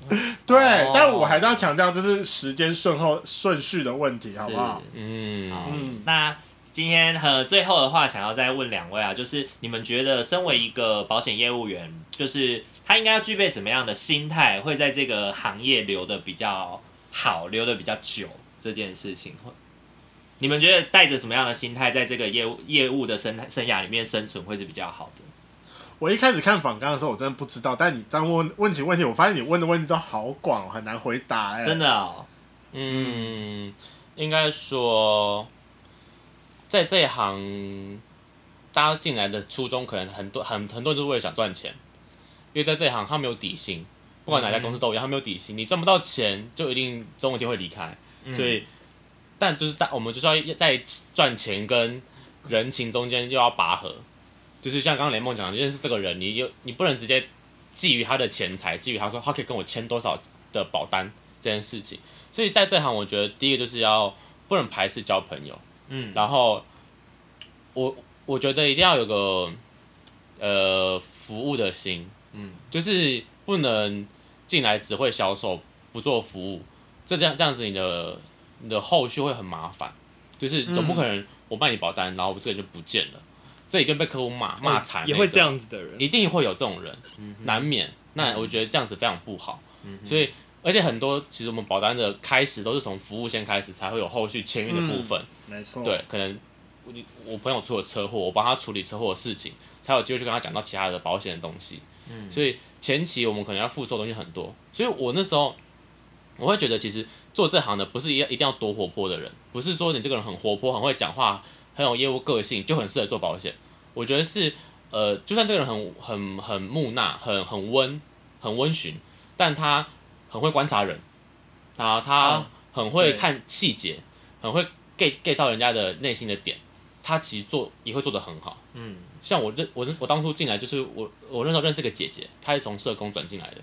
Speaker 3: 对，
Speaker 2: 哦
Speaker 3: 但我还是要强调，这是时间顺后顺序的问题，
Speaker 2: 是，
Speaker 3: 好不好？
Speaker 1: 嗯，
Speaker 3: 嗯
Speaker 2: 那今天呃，最后的话，想要再问两位啊，就是你们觉得身为一个保险业务员，就是他应该要具备什么样的心态，会在这个行业留的比较好，留的比较久这件事情，会你们觉得带着什么样的心态，在这个业务业务的生态生涯里面生存会是比较好的？
Speaker 3: 我一开始看访纲的时候，我真的不知道，但你这样问问起问题，我发现你问的问题都好广，我很难回答、哎，
Speaker 2: 真的哦，
Speaker 1: 嗯，应该说，在这一行，大家进来的初衷可能很多很很多人就是为了想赚钱，因为在这一行他没有底薪，不管哪家公司都一样，他没有底薪，你赚不到钱就一定总有一天会离开，所以但就是大我们就是要在赚钱跟人情中间又要拔河，就是像刚刚雷梦讲，的，你认识这个人，你又你不能直接觊觎他的钱财，觊觎他说他可以跟我签多少的保单这件事情。所以在这行，我觉得第一个就是要不能排斥交朋友，
Speaker 2: 嗯
Speaker 1: 然后我我觉得一定要有个呃服务的心，
Speaker 2: 嗯，
Speaker 1: 就是不能进来只会销售不做服务，这这样这样子你的你的后续会很麻烦，就是
Speaker 4: 嗯
Speaker 1: 总不可能我卖你保单，然后我这个人就不见了，这已经被客户骂骂惨，
Speaker 4: 哦也会这。样子的人，
Speaker 1: 一定会有这种人，
Speaker 3: 嗯
Speaker 1: 难免。那我觉得这样子非常不好，所以而且很多其实我们保单的开始都是从服务先开始，才会有后续签约的部分。
Speaker 3: 没错，
Speaker 1: 对，可能我我朋友出了车祸，我帮他处理车祸的事情，才有机会去跟他讲到其他的保险的东西。所以前期我们可能要付出的东西很多，所以我那时候我会觉得，其实做这行的不是一一定要多活泼的人，不是说你这个人很活泼、很会讲话、很有业务个性就很适合做保险。我觉得是呃，就算这个人很很很木讷、很很温、很温驯，但他很会观察人，然后他
Speaker 2: 嗯
Speaker 1: 很会
Speaker 3: 对
Speaker 1: 看细节，很会 get get 到人家的内心的点，他其实做也会做得很好。
Speaker 2: 嗯，
Speaker 1: 像我认我认我当初进来就是我我那时候认识个姐姐，她是从社工转进来的，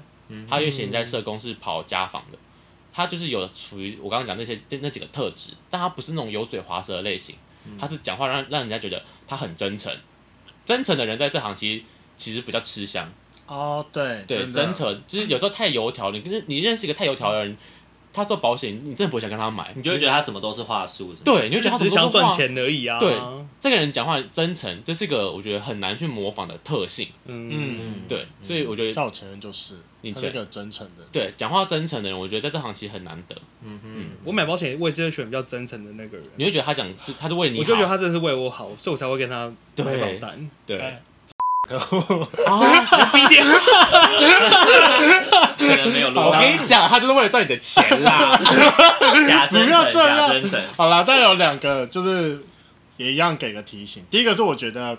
Speaker 1: 她因为以前在社工是跑家访的，她就是有属于我刚刚讲那些那那几个特质，但她不是那种油嘴滑舌的类型，她是讲话让让人家觉得她很真诚，真诚的人在这行其实其实比较吃香。
Speaker 3: 哦，对，
Speaker 1: 对，
Speaker 3: 真的
Speaker 1: 真诚，就是有时候太油条，你跟你认识一个太油条的人，他做保险，你真的不会想跟他买，
Speaker 2: 你就会觉得他什么都是话术，是吗，
Speaker 1: 对，你就觉得他
Speaker 4: 只是想
Speaker 1: 怎么
Speaker 4: 赚
Speaker 1: 说话。
Speaker 4: 钱而已啊。
Speaker 1: 对这个人讲话真诚，这是一个我觉得很难去模仿的特性。
Speaker 4: 嗯，
Speaker 3: 嗯，
Speaker 2: 嗯，
Speaker 1: 对，所以我觉得
Speaker 3: 像我前任就是，
Speaker 1: 你
Speaker 3: 他是
Speaker 1: 前
Speaker 3: 个真诚的人，
Speaker 1: 对讲话真诚的人，我觉得在这行其实很难得。
Speaker 4: 我买保险我也是会选比较真诚的那个人，
Speaker 1: 你会觉得他讲，就他是为你好，
Speaker 4: 我就觉得他真的是为我好，所以我才会跟他买
Speaker 1: 对
Speaker 4: 保单。
Speaker 1: 对
Speaker 2: 哎
Speaker 1: 啊，逼掉。
Speaker 2: 嗯 可能没有录
Speaker 1: 我
Speaker 2: 到
Speaker 1: 跟你讲，他就是为了赚你的钱啦。
Speaker 2: 假 真
Speaker 3: 不要
Speaker 2: 诚，
Speaker 3: 这
Speaker 2: 假
Speaker 3: 样
Speaker 2: 真诚，
Speaker 3: 好啦，但有两个就是也一样给个提醒。第一个是我觉得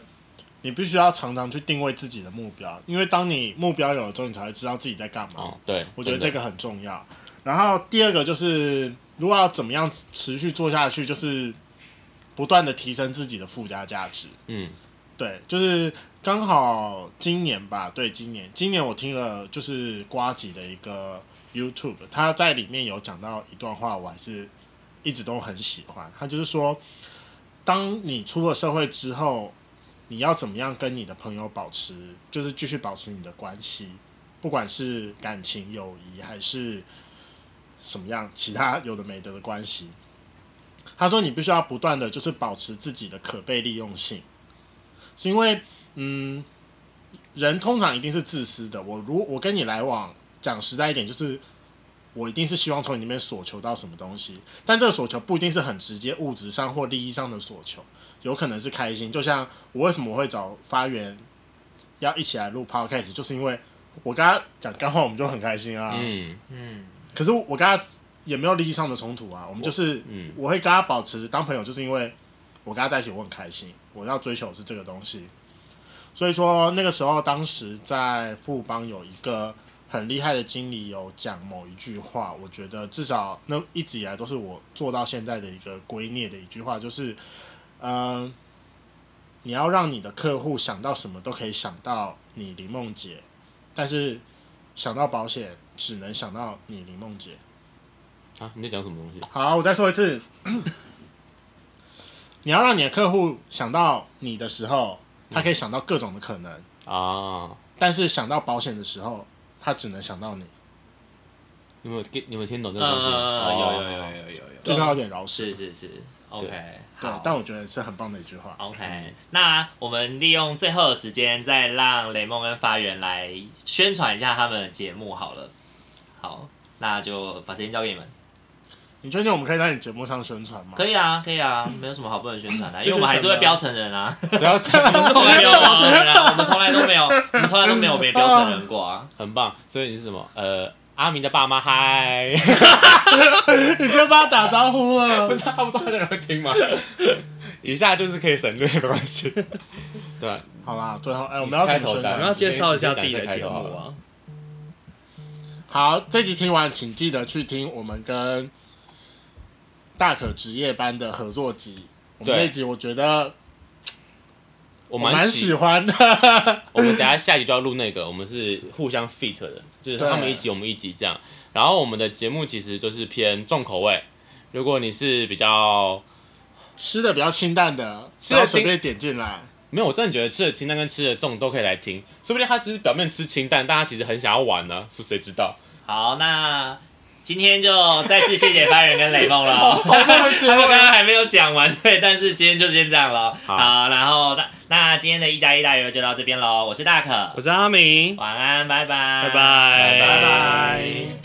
Speaker 3: 你必须要常常去定位自己的目标，因为当你目标有了之后，你才会知道自己在干嘛。
Speaker 1: 哦，对，
Speaker 3: 我觉得
Speaker 1: 真
Speaker 3: 这
Speaker 1: 的
Speaker 3: 个很重要。然后第二个就是，如果要怎么样持续做下去，就是不断的提升自己的附加价值。
Speaker 1: 嗯，
Speaker 3: 对，就是刚好今年吧，对，今年，今年我听了就是瓜吉的一个 YouTube，他在里面有讲到一段话，我还是一直都很喜欢。他就是说，当你出了社会之后，你要怎么样跟你的朋友保持，就是继续保持你的关系，不管是感情、友谊还是什么样其他有的没的的关系。他说，你必须要不断的就是保持自己的可被利用性。是因为嗯，人通常一定是自私的。我如我跟你来往，讲实在一点，就是我一定是希望从你那边索求到什么东西，但这个索求不一定是很直接物质上或利益上的索求，有可能是开心。就像我为什么会找发源要一起来录 podcast，就是因为我跟他讲干话，我们就很开心啊。
Speaker 1: 嗯
Speaker 3: 可是我跟他也没有利益上的冲突啊，我们就是，
Speaker 1: 嗯
Speaker 3: 我会跟他保持当朋友，就是因为我跟他在一起我很开心，我要追求的是这个东西。所以说那个时候，当时在富邦有一个很厉害的经理有讲某一句话，我觉得至少那一直以来都是我做到现在的一个归臬的一句话，就是，嗯、你要让你的客户想到什么都可以想到你林梦姐，但是想到保险只能想到你林梦姐。
Speaker 1: 啊，你在讲什么东西？
Speaker 3: 好，我再说一次，你要让你的客户想到你的时候，他可以想到各种的可能，
Speaker 1: 啊，
Speaker 3: 但是想到保险的时候，他只能想到你。
Speaker 1: 你们有听你们听懂这
Speaker 2: 嗯
Speaker 1: 个东
Speaker 2: 嗯
Speaker 1: 西吗？
Speaker 2: 嗯，嗯
Speaker 1: 哦
Speaker 2: 有有有有有有有，
Speaker 3: 这个有点饶舌，
Speaker 2: 是是是，OK，
Speaker 3: 对
Speaker 2: 好，。
Speaker 3: 但我觉得是很棒的一句话。
Speaker 2: OK，那我们利用最后的时间，再让雷梦跟发源来宣传一下他们的节目好了。好，那就把时间交给你们。
Speaker 3: 你确定我们可以在你节目上宣传吗？
Speaker 2: 可
Speaker 3: 以。
Speaker 2: 以啊，可以啊，没有什么好不能宣传 的，因
Speaker 4: 就
Speaker 2: 为我们还
Speaker 4: 宣传
Speaker 2: 是会
Speaker 4: 吧
Speaker 2: 标成人 啊，
Speaker 1: 不要 这样
Speaker 2: 从来没有标成人啊，我们从来都没有，我们从来都没有被标成人过啊。
Speaker 1: 很棒。所以你是什么？呃，阿明的爸妈嗨，
Speaker 3: 你先帮他打招呼了。
Speaker 1: 不知道不知道有人会听吗？以下就是可以省略，没关系。 对啊，
Speaker 3: 好啦，最后哎、我们要怎么宣
Speaker 1: 开
Speaker 4: 我
Speaker 1: 头再
Speaker 4: 们
Speaker 3: 传
Speaker 4: 要？介绍一下自己的节目啊。
Speaker 3: 好，这集听完，请记得去听我们跟大可职业班的合作集。我们
Speaker 1: 对
Speaker 3: 那集我觉得
Speaker 1: 我
Speaker 3: 我
Speaker 1: 蛮
Speaker 3: 蛮
Speaker 1: 喜
Speaker 3: 喜欢的。
Speaker 1: 我们等一下下一集就要录那个，我们是互相 fit 的，就是他们
Speaker 3: 对
Speaker 1: 一集我们一集这样。然后我们的节目其实就是偏重口味，如果你是比较
Speaker 3: 吃的比较清淡的，
Speaker 1: 吃
Speaker 3: 不
Speaker 1: 得
Speaker 3: 要随
Speaker 1: 清
Speaker 3: 便点进来。
Speaker 1: 没有，我真的觉得吃的清淡跟吃的重都可以来听，说不定他只是表面吃清淡，但他其实很想要玩呢、是谁知道？
Speaker 2: 好，那今天就再次谢谢班人跟雷梦 了。他
Speaker 3: 他
Speaker 2: 们刚刚还没有讲完，对，但是今天就先这样了。
Speaker 1: 好
Speaker 2: 好，然后那那今天的一加一大于二就到这边喽。我是大可
Speaker 4: 我，是阿明，
Speaker 2: 晚安，拜拜，
Speaker 4: 拜
Speaker 1: 拜
Speaker 4: 拜，
Speaker 3: 拜拜。